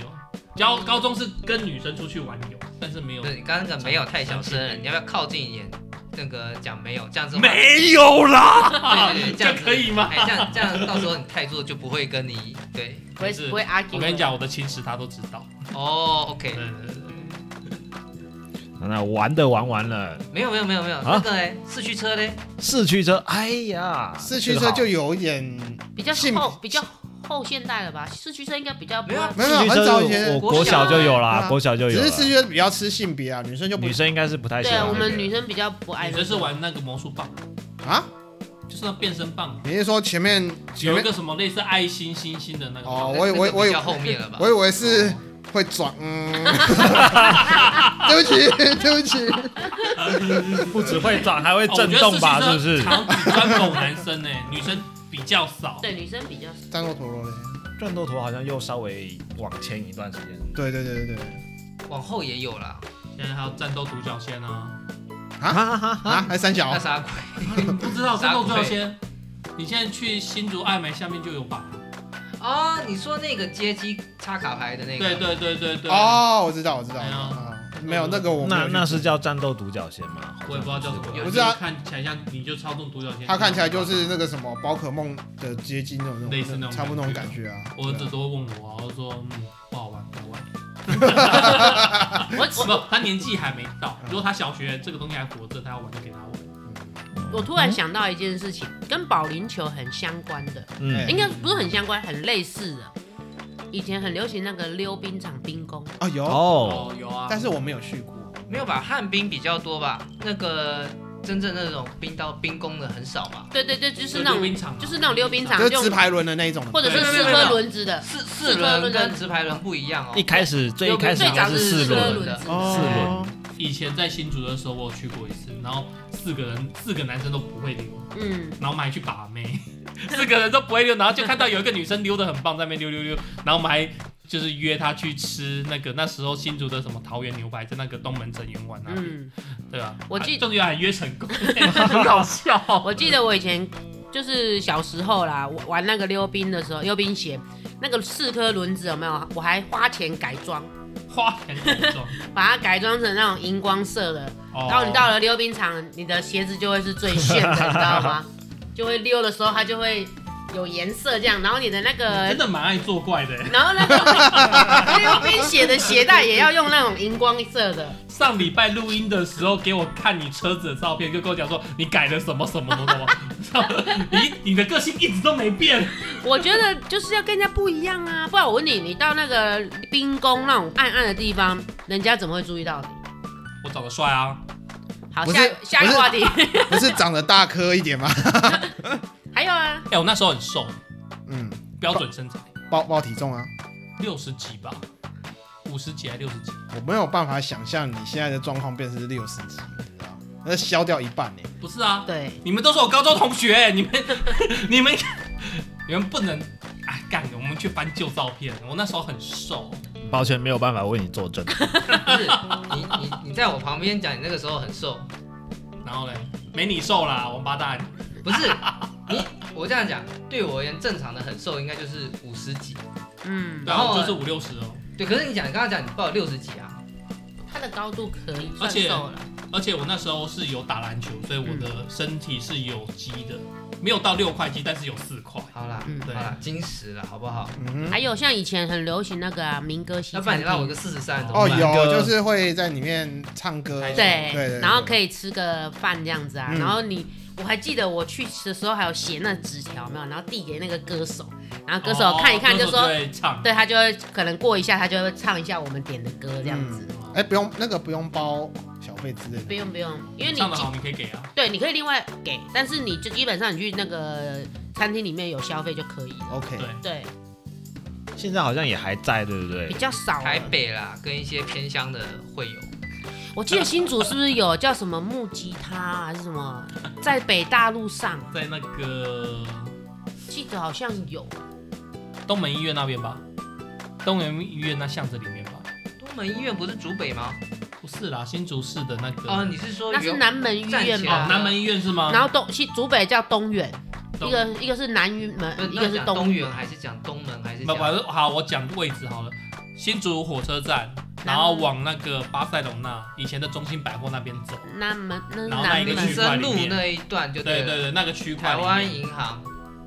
Speaker 2: 交高中是跟女生出去玩游，但是没有 (laughs)
Speaker 4: 对，你刚刚那个没有太小声了，你要不要靠近一点？那个讲没有，这样子
Speaker 2: 没有啦，
Speaker 4: 对对对，
Speaker 2: 这
Speaker 4: 这样
Speaker 2: 样
Speaker 4: 子
Speaker 2: 可以吗？
Speaker 4: 哎，这样这样，到时候你太弱就不会跟你对
Speaker 3: 不会
Speaker 2: 是
Speaker 3: 不会 argue。
Speaker 2: 我跟你，讲，我的情史她都知道。
Speaker 4: 哦，OK，
Speaker 2: 对对对对，
Speaker 1: 那玩的玩完了，
Speaker 4: 没有没有没有没有，
Speaker 1: 啊
Speaker 4: 那个嘞，四驱车嘞，
Speaker 1: 四驱车，哎呀，
Speaker 5: 四驱
Speaker 1: 这个
Speaker 5: 车
Speaker 1: 好
Speaker 5: 就有一点
Speaker 3: 比较
Speaker 5: 性
Speaker 3: 后比较后现代了吧？市区车应该比较不
Speaker 4: 没有啊
Speaker 3: 会
Speaker 5: 没有
Speaker 1: 四驱
Speaker 5: 很
Speaker 1: 车
Speaker 5: 早以
Speaker 1: 我
Speaker 5: 前
Speaker 1: 国小就有
Speaker 5: 对
Speaker 1: 啦，
Speaker 5: 啊
Speaker 1: 国小就有
Speaker 5: 只
Speaker 1: 了
Speaker 5: 是，四驱车比较吃性别啊，女生就不
Speaker 1: 女生应该是不太喜
Speaker 3: 对
Speaker 1: 欢那
Speaker 3: 啊，
Speaker 1: 个，
Speaker 3: 我们女生比较不爱
Speaker 2: 女
Speaker 3: 那个。
Speaker 2: 生是玩那个魔术棒，
Speaker 5: 啊，
Speaker 2: 就是那变身棒，
Speaker 5: 你是说前面前
Speaker 2: 有一
Speaker 5: 面
Speaker 2: 个什么类似爱心星星的那个。
Speaker 5: 哦，我以我以
Speaker 4: 那
Speaker 5: 我
Speaker 4: 个比
Speaker 5: 以
Speaker 4: 较后面了吧
Speaker 5: 我？以为是会转，嗯，对不起对不起，
Speaker 1: 不只会转还会
Speaker 2: 哦我
Speaker 1: 震
Speaker 2: 觉得
Speaker 1: 动吧，(laughs)
Speaker 2: 四
Speaker 1: 是
Speaker 2: 驱
Speaker 1: 不
Speaker 2: 车
Speaker 1: 是？
Speaker 2: (laughs) 常只专狗男生呢、女生。比较少，
Speaker 3: 对，女生比较
Speaker 5: 战斗陀螺嘞，
Speaker 1: 转斗陀好像又稍微往前一段时间，
Speaker 5: 对对对对对，
Speaker 4: 往后也有啦，
Speaker 2: 现在还有战斗独角仙啊，
Speaker 5: 啊，还三小
Speaker 4: 那，啥鬼？
Speaker 2: 你们不知道战斗独角仙？你现在去新竹爱美下面就有吧？
Speaker 4: 啊，你说那个街机插卡牌的那
Speaker 2: 对
Speaker 4: 个？
Speaker 2: 对对对对，
Speaker 5: 哦，我知道我知道，
Speaker 2: 哎呀
Speaker 5: 啊没有那个我没有
Speaker 1: 那
Speaker 5: 去
Speaker 1: 那是叫战斗独角仙吗？
Speaker 2: 我也不知道叫什么，
Speaker 4: 有
Speaker 5: 我知道
Speaker 2: 看起来像你就操纵独角仙，
Speaker 5: 它啊看起来就是那个什么宝可梦的接近那种
Speaker 2: 类似那种
Speaker 5: 差不多那种感觉啊。
Speaker 2: 我儿
Speaker 5: 对
Speaker 2: 子
Speaker 5: 啊
Speaker 2: 都会问我，我说嗯不好玩，不好玩。啊
Speaker 3: 我
Speaker 2: 不，他年纪还没到，如果他小学这个东西还活着，他要玩就给他玩。
Speaker 3: 我突然想到一件事情，跟保龄球很相关的，
Speaker 5: 哎
Speaker 1: 嗯，
Speaker 3: 应该不是很相关，很类似的。以前很流行那个溜冰场冰宫，
Speaker 5: 啊有，
Speaker 1: 哦，，
Speaker 2: 有啊，
Speaker 5: 但是我没有去过。
Speaker 4: 没有吧？旱冰比较多吧？那个真正那种冰刀冰弓的很少吧？
Speaker 3: 对对对，就是那
Speaker 2: 溜冰
Speaker 3: 种
Speaker 2: 场啊
Speaker 3: 就是那种溜冰场
Speaker 5: 就，是
Speaker 3: 用
Speaker 5: 直排轮的那一种，
Speaker 3: 或者是
Speaker 2: 对
Speaker 3: 四
Speaker 2: 对对
Speaker 3: 颗
Speaker 4: 对
Speaker 3: 轮子的，
Speaker 4: 四
Speaker 3: 四
Speaker 4: 四
Speaker 3: 轮
Speaker 4: 轮
Speaker 3: 跟
Speaker 4: 跟直排轮不一样哦。
Speaker 1: 一开始最一开始
Speaker 3: 最
Speaker 1: 应该
Speaker 3: 早
Speaker 1: 是
Speaker 3: 四
Speaker 1: 四
Speaker 3: 颗
Speaker 1: 轮，
Speaker 3: 轮子，
Speaker 1: 四
Speaker 5: 哦
Speaker 1: 轮
Speaker 2: 以前在新竹的时候，我有去过一次，然后四个人，四个男生都不会溜，
Speaker 3: 嗯，
Speaker 2: 然后我们还去把
Speaker 3: (laughs)
Speaker 2: 妹，四个人都不会溜，然后就看到有一个女生溜得很棒，在那边溜溜溜，然后我们还就是约她去吃那个那时候新竹的什么桃园牛排，在那个东门整圆馆那里，
Speaker 3: 嗯，
Speaker 2: 对啊，
Speaker 3: 我记
Speaker 2: 还终于还约成
Speaker 3: (laughs)
Speaker 2: 功，很好笑。
Speaker 3: 我记得我以前就是小时候啦，我玩那个溜冰的时候，溜冰鞋那个四颗轮子有没有？我还花钱改装，
Speaker 2: (laughs) 花钱很重，
Speaker 3: 把它改装成那种荧光色的，
Speaker 2: 哦
Speaker 3: 然后你到了溜冰场，你的鞋子就会是最炫的，你知道 (laughs) 吗？就会溜的时候，它就会有颜色这样，然后你的那 (laughs)
Speaker 2: 你
Speaker 3: 个
Speaker 2: 真，的蛮爱作怪的。欸
Speaker 3: 然后那个溜冰鞋的鞋带也要用那种荧光色的，
Speaker 2: 上礼拜录音的时候给我看你车子的照片，就跟我讲说你改了什么什么什么什 (laughs) 么，你你的个性一直都没变。
Speaker 3: 我觉得就是要跟人家不一样啊，不然我问你，你到那个冰宫那种暗暗的地方，人家怎么会注意到你？
Speaker 2: 我长得帅啊，
Speaker 3: 好，
Speaker 5: 不是
Speaker 3: 下
Speaker 5: 不
Speaker 3: 一下一个
Speaker 5: 是
Speaker 3: 话题，
Speaker 5: (laughs) 不是长得大颗一点吗？
Speaker 3: (laughs)
Speaker 5: (laughs)
Speaker 3: 还有啊，
Speaker 2: 哎、我那时候很瘦，
Speaker 5: 嗯，
Speaker 2: 标准身材，
Speaker 5: 报报体重啊，
Speaker 2: 六十几吧，五十几还六十几，
Speaker 5: 我没有办法想象你现在的状况变成是六十几，你知道吗？那消掉一半呢、
Speaker 2: 不是啊？
Speaker 3: 对，
Speaker 2: 你们都是我高中同学、你们 (laughs) 你们 (laughs) 你们不能。哎，干！我们去翻旧照片。我那时候很瘦，
Speaker 1: 抱歉没有办法为你作证，
Speaker 4: 不是你你你在我旁边讲，你那个时候很瘦，
Speaker 2: 然后嘞，没你瘦啦，王八蛋。
Speaker 4: 不是你我这样讲，对我而言正常的很瘦应该就是五十几，
Speaker 3: 嗯，
Speaker 5: 啊
Speaker 2: 然
Speaker 4: 然后
Speaker 2: 后
Speaker 4: 嘞
Speaker 2: 就是五六十哦。
Speaker 4: 对，可是你讲你刚刚讲你报六十几啊，
Speaker 3: 它的高度可以
Speaker 2: 而
Speaker 3: 算
Speaker 2: 且
Speaker 3: 瘦了，
Speaker 2: 而且我那时候是有打篮球，所以我的身体是有肌的，没有到六块肌，但是有四块。
Speaker 4: 好啦，
Speaker 3: 嗯
Speaker 4: 好啦，金石了好不好？
Speaker 5: 嗯
Speaker 3: 还有像以前很流行那个啊，民歌西
Speaker 4: 要不然
Speaker 3: 餐
Speaker 4: 你让我
Speaker 3: 厅，
Speaker 4: 个四十三怎
Speaker 5: 哼，哦
Speaker 4: 么办？
Speaker 5: 有，就是会在里面唱歌，
Speaker 3: 对，
Speaker 5: 对对，
Speaker 3: 然后
Speaker 5: 以
Speaker 3: 可以吃个饭这样子啊，
Speaker 5: 嗯
Speaker 3: 然后你。我还记得我去的时候还有写那纸条，没有，然后递给那个歌手，然后歌
Speaker 2: 哦
Speaker 3: 手看一看就
Speaker 2: 歌手
Speaker 3: 说，
Speaker 2: 会唱，
Speaker 3: 对他就会可能过一下，他就会唱一下我们点的歌这样子。
Speaker 5: 哎、不用那个不用包小费之类
Speaker 3: 不
Speaker 5: 的，
Speaker 3: 用不用，因为你
Speaker 2: 唱的好，你可以给啊。
Speaker 3: 对，你可以另外给，但是你就基本上你去那个餐厅里面有消费就可以了。
Speaker 5: OK，
Speaker 2: 对
Speaker 3: 对，
Speaker 1: 现在好像也还在，对不对
Speaker 3: 比？较少了。
Speaker 4: 台北啦，跟一些偏乡的会有，
Speaker 3: 我记得新竹是不是有叫什么木吉他、啊、还是什么，在北大路上，
Speaker 2: 在那个
Speaker 3: 记得好像有。
Speaker 2: 哦东门医院那边吧，东门医院那巷子里面吧。
Speaker 4: 东门医院不是竹北吗？
Speaker 2: 不是啦，新竹市的那个
Speaker 4: 哦，你是说
Speaker 3: 那是
Speaker 4: 原
Speaker 3: 南门医
Speaker 4: 站
Speaker 3: 院
Speaker 4: 起
Speaker 2: 哦
Speaker 4: 来
Speaker 3: 吧？
Speaker 2: 南门医院是吗？
Speaker 3: 然后东西竹北叫东园，
Speaker 2: 东嗯
Speaker 3: 一个一个是南
Speaker 4: 不是
Speaker 3: 门，一
Speaker 4: 那
Speaker 3: 个是
Speaker 4: 讲
Speaker 3: 东
Speaker 4: 东园
Speaker 3: 园。
Speaker 4: 还是讲东门还是
Speaker 2: 不不
Speaker 4: 讲？
Speaker 2: 好，我讲位置好了，新竹火车站，然后往那个巴塞隆那以前的中心百货那边走。
Speaker 3: 南门那是
Speaker 2: 然后那
Speaker 3: 南
Speaker 2: 一个
Speaker 4: 民
Speaker 2: 区
Speaker 3: 门，
Speaker 4: 生路那一段就
Speaker 2: 对对
Speaker 4: 了。
Speaker 2: 对，那个区块
Speaker 4: 台
Speaker 2: 里面
Speaker 4: 湾银行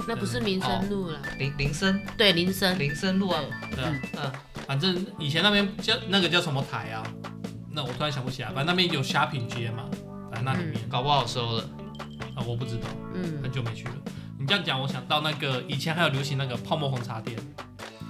Speaker 3: 那不是民生路
Speaker 2: 哦
Speaker 3: 了，
Speaker 4: 林林森
Speaker 3: 对林森。
Speaker 4: 林森路啊，
Speaker 2: 对啊，
Speaker 4: 嗯，
Speaker 2: 反正以前那边叫那个叫什么台啊？那我突然想不起来，反正那边有虾品街嘛，反正那里面、
Speaker 4: 搞不好收了。
Speaker 2: 啊我不知道，
Speaker 3: 嗯
Speaker 2: 很久没去了。你这样讲，我想到那个以前还有流行那个泡沫红茶店，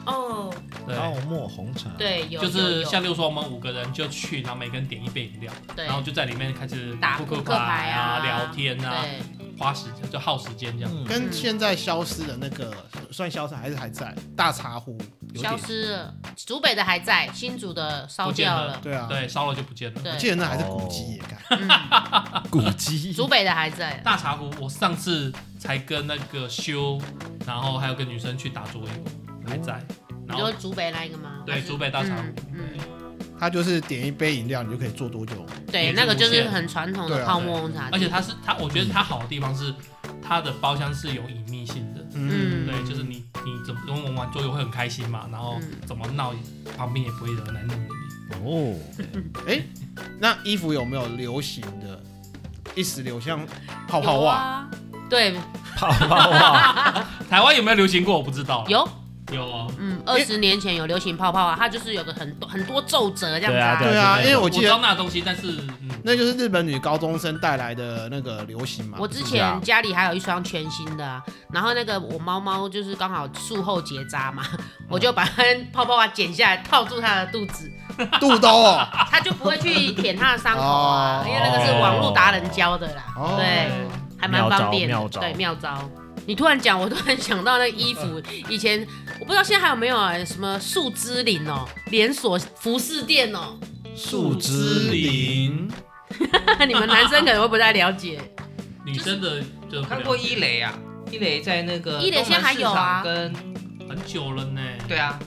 Speaker 3: 哦，
Speaker 2: 对，
Speaker 1: 泡沫红茶，，
Speaker 3: 对，有
Speaker 2: 就是
Speaker 3: 有
Speaker 2: 像六说我们五个人就去，然后每个人点一杯饮料，
Speaker 3: 对
Speaker 2: 然后就在里面开始
Speaker 3: 打
Speaker 2: 扑克
Speaker 3: 扑克牌
Speaker 2: 啊、
Speaker 3: 啊
Speaker 2: 聊天啊，
Speaker 3: 对
Speaker 2: 花时间就耗时间这样。
Speaker 1: 嗯，
Speaker 5: 跟现在消失的那个算消失还是还在大茶壶，
Speaker 2: 有
Speaker 3: 消
Speaker 2: 点
Speaker 3: 失了，竹北的还在，新竹的烧
Speaker 2: 不见
Speaker 3: 掉
Speaker 2: 了
Speaker 3: 了。
Speaker 5: 对啊，
Speaker 2: 对，烧了就不见了。
Speaker 3: 嗯对
Speaker 5: 我记得那还是古迹耶，干
Speaker 3: 嗯，
Speaker 2: (laughs)
Speaker 1: 古迹
Speaker 3: 竹北的还在。
Speaker 2: 大茶壶，我上次才跟那个修，然后还有个女生去打桌游，还在。
Speaker 3: 你
Speaker 2: 然后
Speaker 3: 说竹北那一个吗？
Speaker 2: 对
Speaker 3: 还是
Speaker 2: 竹北大茶壶
Speaker 3: 嗯嗯，
Speaker 5: 它就是点一杯饮料，你就可以坐多久？
Speaker 3: 对，
Speaker 2: 也是
Speaker 3: 那个
Speaker 2: 无
Speaker 3: 就是
Speaker 2: 限
Speaker 3: 很传统
Speaker 5: 对
Speaker 3: 的
Speaker 5: 啊
Speaker 3: 泡沫红茶店，
Speaker 2: 而且它是它，我觉得它好的地方是它的包厢是有隐秘性的。
Speaker 3: 嗯
Speaker 2: 对，就是你你怎么跟我们玩桌游会很开心嘛，然后
Speaker 3: 嗯
Speaker 2: 怎么闹旁边也不会惹来弄你。
Speaker 1: 哦，
Speaker 5: 那衣服有没有流行的？一时流行泡
Speaker 3: 泡
Speaker 2: 啊
Speaker 5: 泡袜，
Speaker 3: 袜。啊对，
Speaker 2: 哦
Speaker 1: 泡泡袜，
Speaker 2: 台湾有没有流行过我不知道。
Speaker 3: 有，
Speaker 2: 有哦，
Speaker 3: 嗯，二十年前有流行泡泡啊，它就是有个很多很多皱褶这样子
Speaker 1: 对
Speaker 5: 对啊，
Speaker 1: 对
Speaker 5: 因为
Speaker 2: 我
Speaker 5: 我
Speaker 2: 知
Speaker 5: 记
Speaker 2: 道
Speaker 5: 得
Speaker 2: 那东西，但是嗯，
Speaker 5: 那就是日本女高中生带来的那个流行嘛。
Speaker 3: 我之
Speaker 1: 是啊
Speaker 3: 前家里还有一双全新的、啊，然后那个我猫猫就是刚好术后结扎嘛，我就把它泡泡袜剪下来套住它的肚子，
Speaker 5: 肚兜哦，
Speaker 3: 它就不会去舔它的伤口
Speaker 5: 哦，
Speaker 3: 啊因为那个是网络达人教的啦，
Speaker 5: 哦
Speaker 3: 对，还蛮方便的，
Speaker 1: 妙招妙招
Speaker 3: 对妙招。你突然讲，我突然想到那个衣服，以前我不知道现在还有没有啊？什么树枝林哦，连锁服饰店哦，
Speaker 1: 树枝林，
Speaker 3: 你们男生可能会不太了解。
Speaker 2: 女生的就
Speaker 4: 看过一雷啊，一雷在那个
Speaker 3: 伊蕾现在还有啊
Speaker 4: 东门市场跟
Speaker 2: 很久了呢。
Speaker 4: 对啊，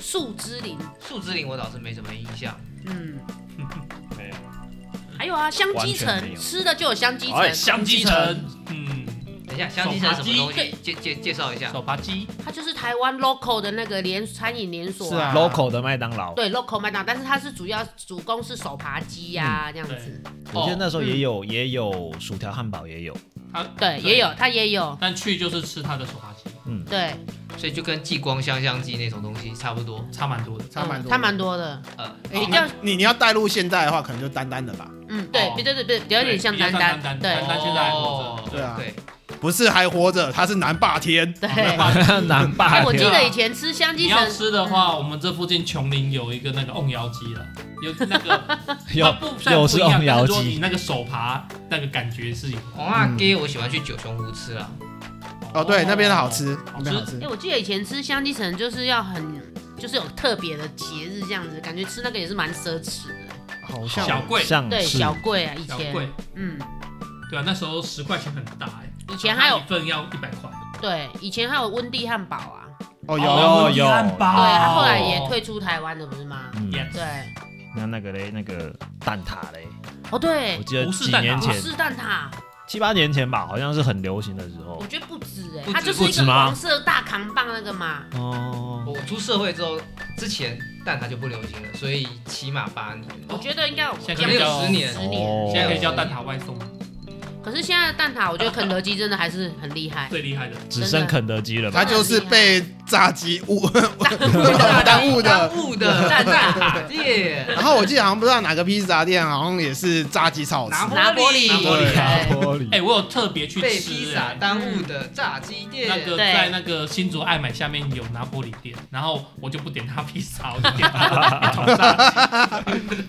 Speaker 3: 树枝林，
Speaker 4: 树枝林我倒是没什么印象。
Speaker 3: 嗯，
Speaker 1: 没有
Speaker 3: 还有啊，香鸡
Speaker 1: 完全没
Speaker 3: 城
Speaker 1: 有
Speaker 3: 吃的就有香鸡城，
Speaker 1: 哎
Speaker 2: 香鸡城，嗯，
Speaker 4: 等一下，香鸡城什么东
Speaker 2: 手扒
Speaker 4: 西？介介介绍一
Speaker 3: 啊
Speaker 4: 下。
Speaker 2: 手扒鸡，
Speaker 3: 它就是台湾 local 的那个连餐饮连锁、
Speaker 5: 是啊
Speaker 1: local 的麦当劳，
Speaker 3: 对 local 麦当，但是它是主要主攻是手扒鸡呀、这样子，
Speaker 1: 我记得那时候也有也有薯条汉堡也有，
Speaker 2: 它
Speaker 3: 对，也，有它也有，
Speaker 2: 但去就是吃它的手扒鸡，
Speaker 1: 嗯，
Speaker 3: 对，
Speaker 4: 所以就跟激光香香鸡那种东西差不多。
Speaker 2: 差蛮多的。
Speaker 5: 差蛮多的，
Speaker 3: 它嗯蛮多的，
Speaker 4: 呃，
Speaker 5: 哎。
Speaker 3: 比较
Speaker 5: 你你要带入现代的话，可能就单单的吧，
Speaker 3: 嗯，对
Speaker 2: 哦，
Speaker 3: 对对对，有点像
Speaker 2: 比较
Speaker 3: 丹
Speaker 2: 像丹丹
Speaker 3: 对
Speaker 2: 丹丹现在还活
Speaker 4: 哦
Speaker 2: 着，
Speaker 5: 对啊
Speaker 4: 对，
Speaker 5: 不是还活着，他是南霸天，
Speaker 3: 对。
Speaker 1: (laughs) 南霸
Speaker 3: 哎，我记
Speaker 1: 天
Speaker 3: 得以前吃香
Speaker 2: 你
Speaker 3: 鸡
Speaker 2: 要
Speaker 3: 城，
Speaker 2: 吃的话，我们这附近琼林有一个那个瓮窑鸡了，有那个它
Speaker 1: (laughs) 有
Speaker 2: 不虽
Speaker 1: 有
Speaker 2: 然不
Speaker 1: 是
Speaker 2: 一样
Speaker 1: 瓮窑
Speaker 2: 但是说你
Speaker 1: 鸡，
Speaker 2: 那个手扒那个感觉是有
Speaker 4: 黄
Speaker 5: 嗯
Speaker 4: 阿给我喜欢去九熊湖吃啊。
Speaker 5: 哦，对，那边的好吃，
Speaker 2: 好
Speaker 5: 那
Speaker 2: 吃
Speaker 5: 边好吃
Speaker 3: 哎，。我记得以前吃香鸡城就是要很，就是有特别的节日这样子，感觉吃那个也是蛮奢侈的，
Speaker 5: 好像
Speaker 2: 小贵
Speaker 1: 像
Speaker 3: 对，
Speaker 1: 嗯是
Speaker 3: 小贵啊，以
Speaker 2: 小
Speaker 3: 前，
Speaker 2: 贵，
Speaker 3: 嗯，
Speaker 2: 对啊，那时候十块钱很大哎，
Speaker 3: 以前还有
Speaker 2: 一份要一百块，
Speaker 3: 对，以前还有温蒂汉堡啊，
Speaker 5: 哦有，
Speaker 1: 有
Speaker 2: 哦
Speaker 1: 有，
Speaker 2: 有汉堡
Speaker 3: 对，他后来
Speaker 2: 哦
Speaker 3: 也退出台湾了，不是吗？
Speaker 1: 嗯，
Speaker 2: Yes
Speaker 3: 对，
Speaker 1: 那那个嘞，那个蛋挞嘞，
Speaker 3: 哦
Speaker 1: 我
Speaker 3: 对，
Speaker 1: 记得
Speaker 2: 不是
Speaker 1: 几
Speaker 2: 蛋挞
Speaker 1: 年
Speaker 3: 不
Speaker 1: 前，
Speaker 3: 是蛋挞，
Speaker 1: 七八年前吧，好像是很流行的时候
Speaker 3: 我。觉得不止哎、
Speaker 2: 不止
Speaker 3: 它就是
Speaker 1: 不
Speaker 3: 一
Speaker 1: 止
Speaker 3: 个
Speaker 1: 吗
Speaker 3: 黄色大扛棒那个嘛，
Speaker 1: 哦，
Speaker 4: 我出社会之后，之前蛋挞就不流行了，所以起码八年。
Speaker 2: 哦
Speaker 3: 我觉得应该有
Speaker 2: 现在
Speaker 3: 有
Speaker 2: 可以叫
Speaker 3: 十年。
Speaker 1: 哦
Speaker 2: 现在可以叫蛋挞外送，
Speaker 3: 可是现在的蛋挞，我觉得肯德基真的还是很厉害。
Speaker 2: 最厉害的。
Speaker 1: 只剩肯德基了吧
Speaker 5: 他？就是被炸鸡误耽误的
Speaker 4: 耽误的
Speaker 3: 蛋
Speaker 4: 挞店，
Speaker 5: (laughs) 然后我记得好像不知道哪个披萨店，好像也是炸鸡超好吃
Speaker 4: 拿。
Speaker 3: 拿玻璃
Speaker 4: 拿玻璃
Speaker 5: 对
Speaker 3: 哎
Speaker 1: 玻璃
Speaker 2: 哎，我有特别去
Speaker 4: 被披
Speaker 2: 吃
Speaker 4: 萨
Speaker 2: 哎。
Speaker 4: 耽误的炸鸡店。
Speaker 2: 那个
Speaker 3: 对
Speaker 2: 在那个新竹爱买下面有拿玻璃店，然后我就不点他披萨，我就点 (laughs) 他一桶炸鸡。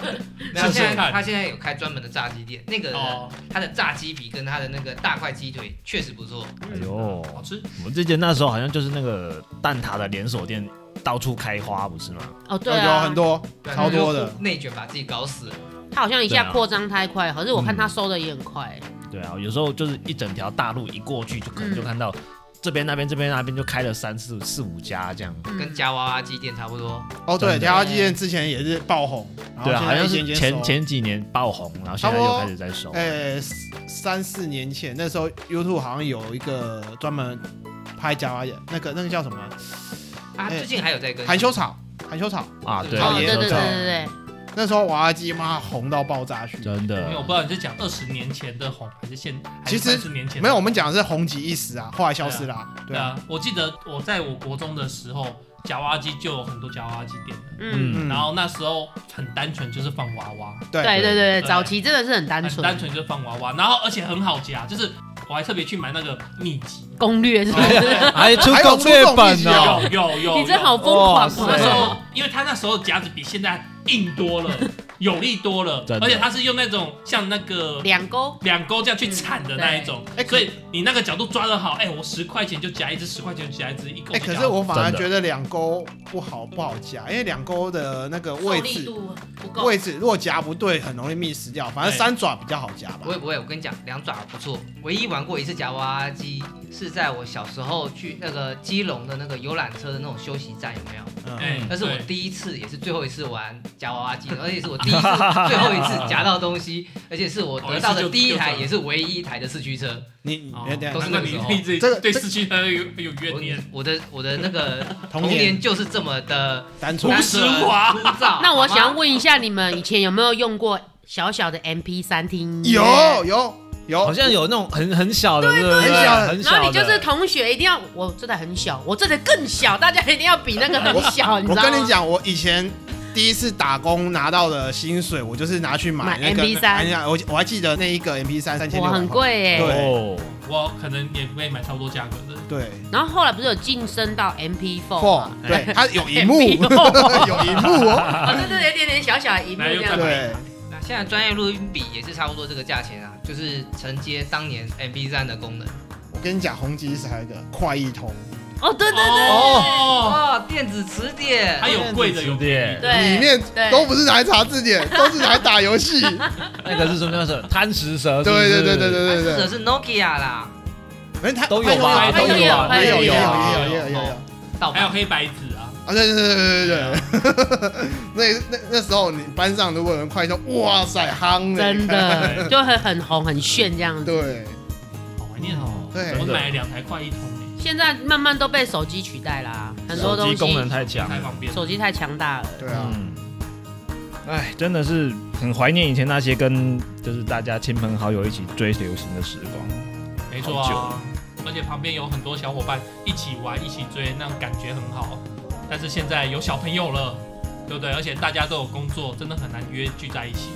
Speaker 4: 没有，
Speaker 2: 试试
Speaker 4: 现在
Speaker 2: 看
Speaker 4: 他现在有开专门的炸鸡店，那个
Speaker 2: 哦，
Speaker 4: 他的炸鸡皮跟他的那个大块鸡腿确实不错。
Speaker 1: 哎呦，
Speaker 2: 好吃。
Speaker 1: 我们之前那时候好像就是那个蛋挞的连锁店到处开花，不是吗？
Speaker 3: 哦对
Speaker 5: 有
Speaker 3: 啊
Speaker 5: 很，多，
Speaker 4: 对啊
Speaker 5: 超多的
Speaker 4: 就是内卷把自己搞死了。
Speaker 3: 它好像一
Speaker 1: 对
Speaker 3: 下
Speaker 1: 啊
Speaker 3: 扩张太快，可是我看它收的也很快、
Speaker 1: 对啊，有时候就是一整条大路一过去，就可能就
Speaker 3: 嗯
Speaker 1: 看到这边那边这边那边就开了三四四五家这样。
Speaker 3: 嗯
Speaker 4: 跟夹娃娃机店差不多。啊
Speaker 5: 哦，对，
Speaker 1: 真的
Speaker 5: 条条鸡店之前也是爆红，然后
Speaker 1: 对啊，
Speaker 5: 现
Speaker 1: 好
Speaker 5: 在
Speaker 1: 像
Speaker 5: 一间一
Speaker 1: 是
Speaker 5: 间
Speaker 1: 前
Speaker 5: 收
Speaker 1: 前几年爆红，然后现在
Speaker 5: 差不
Speaker 1: 又
Speaker 5: 多
Speaker 1: 开始在收。
Speaker 5: 呃三四年前，那时候 YouTube 好像有一个专门拍夹娃娃，那个那个叫什么
Speaker 4: 啊，
Speaker 5: 哎
Speaker 4: 最近还有在跟
Speaker 5: 含羞草，含羞草，
Speaker 1: 啊，对，
Speaker 5: 好
Speaker 3: 哦
Speaker 5: 讨
Speaker 3: 对
Speaker 5: 厌
Speaker 1: 那
Speaker 3: 对
Speaker 1: 时候
Speaker 3: 对对
Speaker 1: 在
Speaker 3: 对
Speaker 5: 那时候娃娃机妈红到爆炸去。
Speaker 1: 真
Speaker 2: 因为我
Speaker 1: 的
Speaker 2: 不知道你是讲二十年前的红，还是现
Speaker 5: 其实
Speaker 2: 十年前的
Speaker 5: 没有，我们讲的是红极一时啊，后来消失了啊。
Speaker 2: 对
Speaker 5: 对啊，
Speaker 2: 啊。我记得我在我国中的时候，夹娃娃机就有很多夹娃娃机店的，
Speaker 3: 嗯
Speaker 1: 嗯
Speaker 2: 然后那时候很单纯，就是放娃娃，
Speaker 5: 对
Speaker 3: 对对对对，
Speaker 2: 对
Speaker 3: 早期真的是很单
Speaker 2: 很
Speaker 3: 纯，
Speaker 2: 单纯就是放娃娃，然后而且很好夹，就是我还特别去买那个秘
Speaker 5: (laughs)
Speaker 2: 籍，
Speaker 3: (laughs) 攻略是不是？
Speaker 2: 有
Speaker 1: 还出
Speaker 5: 还有
Speaker 1: 攻略
Speaker 5: 出这种秘
Speaker 1: 本
Speaker 5: 籍哦 (laughs)
Speaker 1: 哦，
Speaker 2: 有有，
Speaker 3: 你真好
Speaker 2: 有
Speaker 3: 疯狂
Speaker 1: 哇
Speaker 2: 我那时
Speaker 1: 塞
Speaker 3: 哦！
Speaker 2: 候，因为他那时候夹子比现在硬多
Speaker 5: (laughs)
Speaker 2: 了，有力多了
Speaker 1: 真，的
Speaker 2: 而且他是用那种像那个
Speaker 3: 两勾，
Speaker 2: 两钩这样去铲的那一种，
Speaker 5: 嗯对
Speaker 2: 所以你那个角度抓得好，哎、我十块钱就夹一只，十块钱就夹一只，一口就
Speaker 5: 哎，
Speaker 2: 夹
Speaker 5: 可
Speaker 2: 一只。
Speaker 5: 是我反而
Speaker 1: 真的
Speaker 5: 觉得两勾不好不好夹，因为两钩的那个
Speaker 3: 受
Speaker 5: 位
Speaker 3: 力
Speaker 5: 置
Speaker 3: 度不够。
Speaker 5: 位置如果夹不对，很容易 miss 掉。反正
Speaker 2: 对
Speaker 5: 三爪比较好夹吧
Speaker 4: 不。会不会，我跟你讲，两爪不错。唯一玩过一次夹娃娃机，是在我小时候去那个基隆的那个游览车的那种休息站，有没有？
Speaker 2: 哎
Speaker 5: 嗯，
Speaker 4: 那是我
Speaker 2: 对
Speaker 4: 第一次，也是最后一次玩夹娃娃机，而且是我第一次、最后一次夹到东西，而且是我得到的第一
Speaker 2: 哦一次
Speaker 4: 台，
Speaker 2: 就
Speaker 4: 也是唯一一台的四驱车。
Speaker 5: 你你
Speaker 2: 哦
Speaker 5: 等一下
Speaker 4: 都是
Speaker 2: 难怪你对这
Speaker 5: 这个
Speaker 2: 对四驱车有有怨
Speaker 4: 我
Speaker 2: 念。
Speaker 4: 我的我的那个
Speaker 5: 童
Speaker 4: 童
Speaker 5: 年
Speaker 4: 年就是这么的
Speaker 5: 单
Speaker 2: 朴
Speaker 5: 纯
Speaker 4: 单
Speaker 2: 实
Speaker 4: 纯
Speaker 2: 华
Speaker 4: 枯燥。
Speaker 3: 那我
Speaker 4: 好吗
Speaker 3: 想问一下，你们以前有没有用过小小的 MP 三听音乐
Speaker 5: 有有有
Speaker 6: 好，像有那种很很小的，对不
Speaker 5: 哦对很小的
Speaker 6: 很小
Speaker 3: 然
Speaker 6: 的。
Speaker 3: 后你就是同学一定要，我这台很小，我这台更小，大家一定要比那个很小，你
Speaker 5: 我
Speaker 3: 知道吗？
Speaker 5: 跟你讲，我以前第一次打工拿到的薪水，我就是拿去买
Speaker 3: 买
Speaker 5: 那个
Speaker 3: MP3
Speaker 5: 哎呀我我还记得那一个 MP 三三千
Speaker 3: 哇，
Speaker 5: 六，
Speaker 3: 很。贵哎、
Speaker 5: 对
Speaker 6: 哦，
Speaker 2: 我可能也不会买差不多价格的。
Speaker 5: 对
Speaker 3: 然后后来不是有晋升到 MP
Speaker 5: ，four，
Speaker 3: four
Speaker 5: 对，它有荧幕，
Speaker 3: MP
Speaker 5: (laughs) 有
Speaker 3: four，
Speaker 5: 荧幕哦。
Speaker 3: (laughs) 哦，对对，有点点小小的一幕
Speaker 2: 来
Speaker 3: 这
Speaker 2: 又
Speaker 3: 样
Speaker 2: 再
Speaker 3: 子。
Speaker 2: 买
Speaker 5: 对，
Speaker 4: 那现在专业录音笔也是差不多这个价钱啊，就是承接当年 MP 3的功能。
Speaker 2: 哦
Speaker 5: 我跟你讲，宏基是还有一个快易通，
Speaker 3: 哦，对对对，
Speaker 2: 哦，
Speaker 4: 哇，电子词典
Speaker 2: 它，
Speaker 5: 哦
Speaker 2: 有贵的有便宜的，
Speaker 3: 对，
Speaker 5: 里面
Speaker 3: 哎对
Speaker 5: 都不是拿来查字典，都是拿来打游戏。
Speaker 6: 那个是什么叫做贪食蛇？
Speaker 5: 对对对对
Speaker 6: 对，
Speaker 5: 对对
Speaker 4: 或
Speaker 5: 对，
Speaker 4: 者是 Nokia 啦，
Speaker 5: 哎，它
Speaker 6: 都有吧
Speaker 5: 它
Speaker 2: 都有
Speaker 5: 有
Speaker 2: 它
Speaker 5: 它有
Speaker 2: 有
Speaker 5: 有有
Speaker 2: 它有
Speaker 5: 有有有有有。
Speaker 4: 盗
Speaker 2: 还有
Speaker 4: 版。 (laughs)
Speaker 2: 黑白纸啊，
Speaker 5: 啊，对对对对对对，那那那时候你班上如果有人快一通，哇塞，夯嘞
Speaker 3: 真的就很很红很炫这样子。
Speaker 5: 对，
Speaker 2: 好怀念哦。
Speaker 5: 对
Speaker 2: 我买了两台快一通欸诶，
Speaker 3: 现在慢慢都被手机取代啦，很多
Speaker 1: 手
Speaker 3: 东
Speaker 1: 机
Speaker 3: 西
Speaker 1: 功能太强
Speaker 2: 太
Speaker 1: 了，
Speaker 2: 方便了。
Speaker 3: 手机太强大了。
Speaker 5: 对啊，
Speaker 1: 嗯，哎，真的是很怀念以前那些跟就是大家亲朋好友一起追流行的时光。
Speaker 2: 没错啊，而且旁边有很多小伙伴一起玩、一起追，那种感觉很好。但是现在有小朋友了，对不对？而且大家都有工作，真的很难约聚在一起。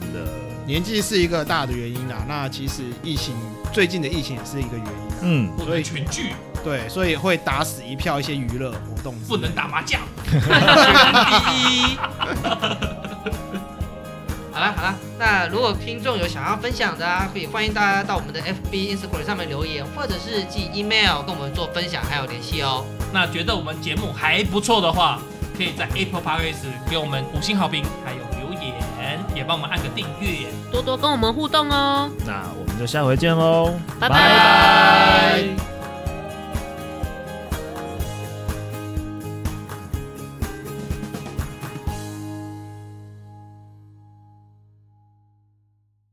Speaker 1: 真的，
Speaker 5: 年纪是一个大的原因啦。那其实疫情最近的疫情也是一个原因啦，
Speaker 1: 嗯，
Speaker 2: 不能群聚，
Speaker 5: 对，所以会打死一票一些娱乐活动之类的，
Speaker 2: 不能打麻将。
Speaker 4: 第一。
Speaker 2: E
Speaker 4: 好了好了，那如果听众有想要分享的啊，可以欢迎大家到我们的 FB、Instagram 上面留言，或者是寄 email 跟我们做分享还有联系哦。
Speaker 2: 那觉得我们节目还不错的话，可以在 Apple Podcast 给我们五星好评，还有留言，也帮我们按个订阅。
Speaker 3: 多多跟我们互动哦，
Speaker 1: 那我们就下回见喽，
Speaker 3: 拜拜